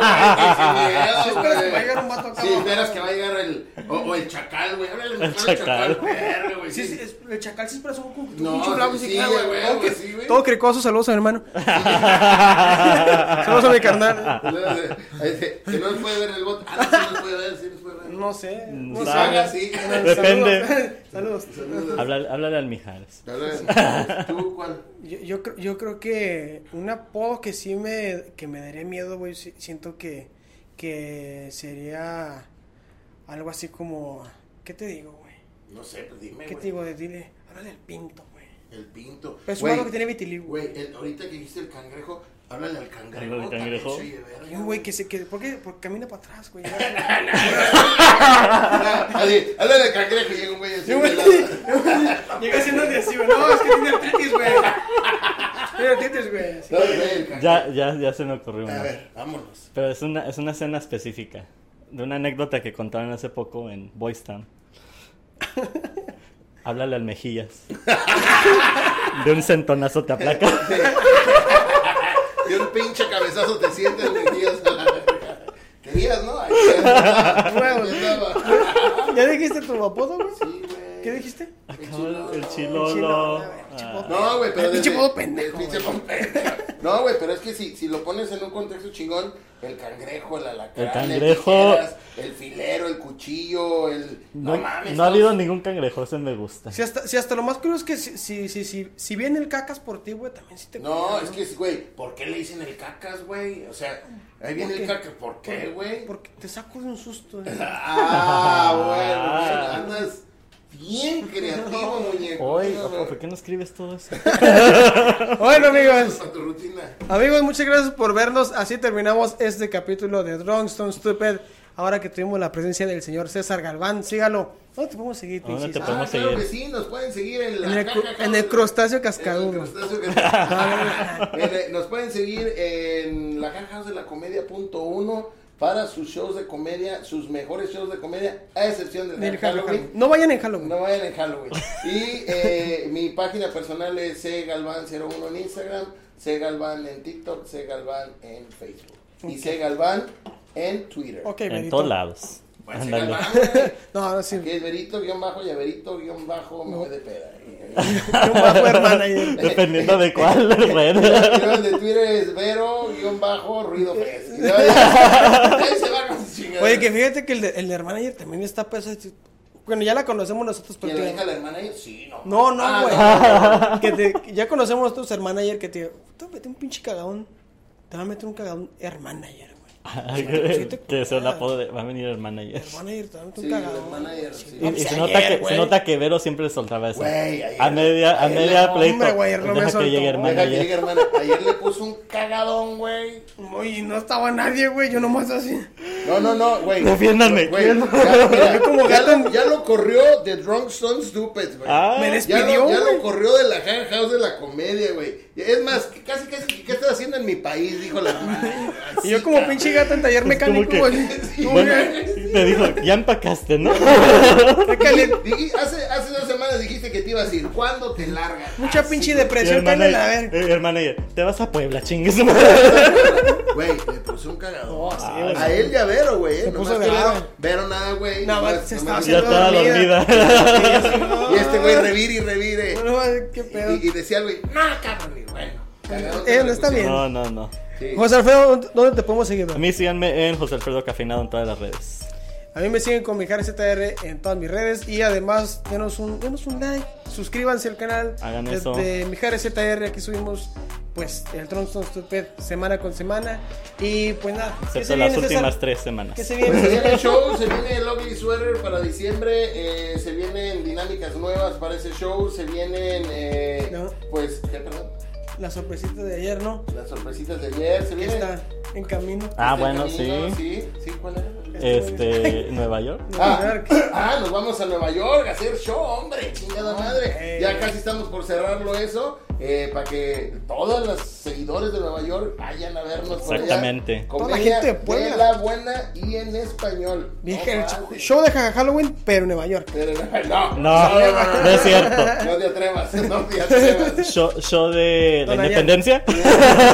Si
güey, qué
esperas
miedo,
que
güey!
va a llegar un vato acá
Sí,
abajo.
esperas que va a llegar el, o, o el chacal, güey, háblale a mi
El
hermano el
chacal.
chacal, verga, güey.
Sí,
sí,
sí, es- el chacal sí expresó un un
No,
pinche bravo,
sí,
sí,
sí,
claro,
güey,
Todo
güey,
que-
sí, güey.
Todo cricoso, saludos a mi
*laughs*
hermano. saludos a mi carnal.
Este, Que no nos puede ver el bot. Ah, no, sí nos puede ver, sí nos puede ver.
No sé. No
No
Pues
sé.
sabe.
Saga, sí.
Depende.
*laughs* Saludos. Saludos.
Saludos.
Háblale, háblale al Mijares.
Saludos. ¿Tú cuál?
Yo, yo, creo- yo creo que un apodo que sí me, que me daría miedo, güey, si- siento que, que sería algo así como, ¿qué te digo, güey?
No sé, pues dime,
¿Qué te
güey.
digo? Dile, háblale al pinto, güey.
El pinto.
Pero es un
Güey,
vato que tiene vitiligo.
Güey, el- ahorita que dijiste el cangrejo, háblale al cangrejo.
Háblale al
también
cangrejo.
se oye verga,
Yo, güey,
*laughs*
que se que, ¿por qué? Porque camina para atrás, güey.
Así, háblale al cangrejo y llega un güey así.
*laughs* Yo, güey,
güey,
Llega siendo así, güey. No, es que tiene artritis, güey. Mira, tienes, güey. así.
No, güey,
Ya, ya, ya se me ocurrió
A
una.
ver,
*laughs*
vámonos.
Pero es una, es una escena específica. De una anécdota que contaron hace poco en Boys
*laughs*
Town. Háblale al mejillas. De un centonazo te aplaca.
Y un pinche cabezazo te sientes, güey, Dios, a la verga. Querías, ¿no? Ahí
*laughs*
andaba.
Huevos.
Ahí andaba.
¿Ya dijiste tu apodo, güey?
Sí, güey.
¿Qué dijiste?
chilolo.
El
Chilolo,
chilolo.
a ver,
Ah,
chipotle.
No, güey, pero.
El pinche
desde-
modo pendejo,
el pinche
güey.
modo pendejo. No, güey, pero es que si, si lo pones en un contexto chingón, el cangrejo, el alacrán,
El cangrejo.
tijeras, el filero, el cuchillo, el.
no,
No, mames.
no ha
todos-
habido ningún cangrejo, ese me gusta.
Si hasta, si hasta lo más curioso es que si, si, si, si, si viene el cacas por ti, güey, también sí te
No,
cuidas,
es que, es, güey, ¿por qué le dicen el cacas, güey? O sea, ahí viene
¿Por
el
qué?
cacas, ¿por qué, güey?
Porque te saco de un susto, ¿eh? güey.
*laughs*
*laughs* Ah,
Ah.
bueno, güey, andas
*laughs*
bien creativo, muñeco.
Hoy,
No, no,
¿por qué no escribes todo eso?
Bueno, amigos.
Para tu rutina.
Amigos, muchas gracias por vernos. Así terminamos este capítulo de Drunkston Stupid. Ahora que tuvimos la presencia del señor César Galván, sígalo. ¿Dónde te podemos seguir,
¿Dónde
pinche
te
César?
podemos-
Ah,
Vamos a
claro
seguir.
que sí, nos pueden seguir en la
En el
caja,
cru-
cabrón.
en el crustáceo
En
cascadudo.
el crustáceo
*laughs*
cascadudo. En el- nos pueden seguir en la caja de la comedia punto uno para sus shows de comedia, sus mejores shows de comedia, a excepción del
Del
de Halloween.
No vayan en Halloween.
No vayan en Halloween. Y eh, mi página personal es cgalvan01 en Instagram, cgalvan en TikTok, cgalvan en Facebook y cgalvan en Twitter.
Ok,
en
Benito.
todos lados.
Pues,
Ándale.
C. Galván, güey.
No, no, sí.
Aquí es Verito, guión bajo, llaverito, guión bajo, me voy de peda. Y-
Yo me voy a jugar manager.
Dependiendo de cuál *laughs*
*laughs*
y
red.
luego el de Twitter es Vero, guión bajo, ruido fest. Y luego
*laughs*
ya- ahí se va con su chingada.
Oye, que fíjate que el de, el de hermana ayer también está pesado. Bueno, ya la conocemos nosotros,
¿Y
pero.
la
te-
hija de la hermana ahí? Sí, no.
No, no,
Ah,
güey. que te- ya conocemos nosotros hermana ayer que te. Te mete un pinche cagadón. Te va a meter un cagadón hermana ayer, güey.
que sea el apodo de... Va a venir el manager.
Hermana ayer, te va a meter
Sí,
un
el
cagadón.
manager, sí.
Y, y
Pues
se,
ayer,
nota que, se
güey.
nota que Vero siempre le soltaba eso.
Güey, ayer-
a media, a
ayer
media
no,
pleito.
hombre, güey, ayer no me
Deja
soltó.
que llegue
Deja
hermana.
que
ayer.
llegue, hermana. Ayer le puso un cagadón, güey.
Uy, no estaba nadie, güey. Yo nomás así.
No, no, no, güey.
Defiéndanme.
Güey, ya,
*laughs*
mira,
Yo como
ya
gato-
lo, ya lo corrió de Drunk Son Stupid, güey.
Ah.
Me
Ya, lo-
despidió,
ya lo,
güey.
corrió de la Hang House de la comedia, güey. Es más, que casi, casi, que, ¿qué estás haciendo en mi país? Dijo la mamá.
*laughs* Y yo como pinche gato en taller
Es como
mecánico,
Pues, que-
güey.
*laughs*
Como
Bueno,
que-
te dijo, ya empacaste,
*laughs*
¿no?
está caliente.
Dije- hace, hace dos semanas dijiste que te ibas a ir. ¿Cuándo te Ah, largas?
Mucha pinche
Y
depresión,
hermana,
cállala, a ver.
eh, hermana, ayer, te vas a Puebla,
*laughs*
chingues. *laughs* Pero
Güey, le puso un cagadón.
sí,
a,
güey.
él ya Vero, güey. eh.
puso
Nomás que
grave.
Vero, Vero nada, güey.
Nada más
Nomás-
se
nomás-
Ya
estaba
estaba
dormida.
dormida. eh.
Y este güey revire y revire.
Bueno, ay, qué pedo.
Y, y decía el güey, no, cabrón, y bueno. cagadón te
Eh,
la
no está
pusieron.
bien.
No, no, no.
Sí.
José Alfredo, ¿dónde te podemos seguir, bro?
A mí síganme en José Alfredo Cafeinado en todas las redes.
A mí me siguen con Mijares ZR en todas mis redes y además denos un, denos un like, suscríbanse al canal
Hagan
de,
eso.
de Mijares ZR, aquí subimos pues el Tronson Stupid semana con semana y pues nada, ¿qué
Excepto
se
las
viene, César?
últimas tres semanas.
¿Qué se
*laughs* Pues se viene
viene?
el show, se viene el Ugly Sweater para diciembre, eh, se vienen dinámicas nuevas para ese show, se vienen, eh,
No.
pues, ¿qué, perdón?
La sorpresita de ayer, ¿no?
Las sorpresitas de ayer, se
Que
vienen.
está en camino.
Ah,
Este
bueno, sí.
camino, Sí, sí, ¿cuál era?
Este, Nueva York.
Ah,
Nueva York.
ah, nos vamos a Nueva York a hacer show, hombre, chingada madre.
Hombre.
Ya casi estamos por cerrarlo eso, eh, para que todos los seguidores de Nueva York vayan a vernos. por allá.
Exactamente.
Toda la
Comedia
gente de Puebla.
la buena y en español.
Bien,
No
el
mames.
show de Halloween, pero en Nueva York.
Pero no,
No, no es cierto.
No te atrevas, no te atrevas.
Show, show de la
Tonayán.
independencia.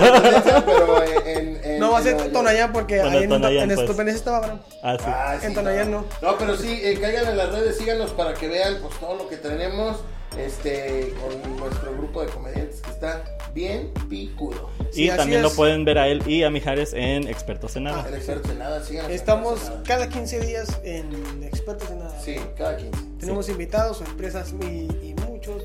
Pero en, en-
No va a
en
ser
Nueva York.
Tonayán porque
Bueno,
ahí en,
Tonayán,
en
pues.
Stupendous estaba, bro.
Ah, sí.
Ah, sí,
En Tonayán no.
No, pero sí, eh, caigan en las redes, síganos para que vean pues todo lo que tenemos este con nuestro grupo de comediantes que está bien picudo.
Sí,
y
así
también
es.
lo pueden ver a él y a Mijares en Expertos en Nada.
El experto en nada, síganos. en
Estamos
Expertos en Nada.
cada 15 días en Expertos en Nada.
Sí, cada 15.
Tenemos invitados, sorpresas y, y muchos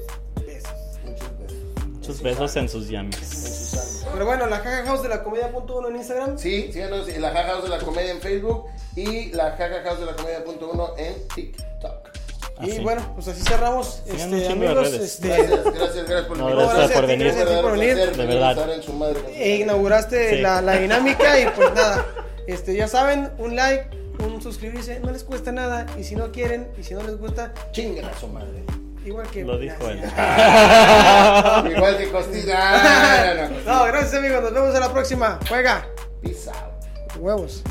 besos.
Muchos besos.
Muchos besos en sus llamas.
En sus almas.
Pero bueno, la caja house de la comedia.1 en Instagram.
Sí, síganos en la Jaja House de la Comedia en Facebook y la Jaja House de la Comedia punto uno en TikTok.
y
Así.
bueno, pues así cerramos.
Sigan Ah,
Este,
un chingo de
amigos,
redes. *laughs*
este,
Gracias, gracias, gracias por
No,
venir.
gracias
gracias
por
a ti,
venir.
gracias a ti por venir.
De verdad.
Estar en su madre.
E inauguraste
Sí.
la, la dinámica y pues nada. Este, ya saben, un like, un suscribirse, no les cuesta nada. Y si no quieren y si no les gusta,
*laughs*
Chinga a su madre.
Igual que. pues,
Lo dijo él.
*laughs* Ah,
Igual de costilla. No, no,
*laughs*
no,
No, gracias, amigos. Nos vemos en la próxima. Juega.
Peace out.
Huevos.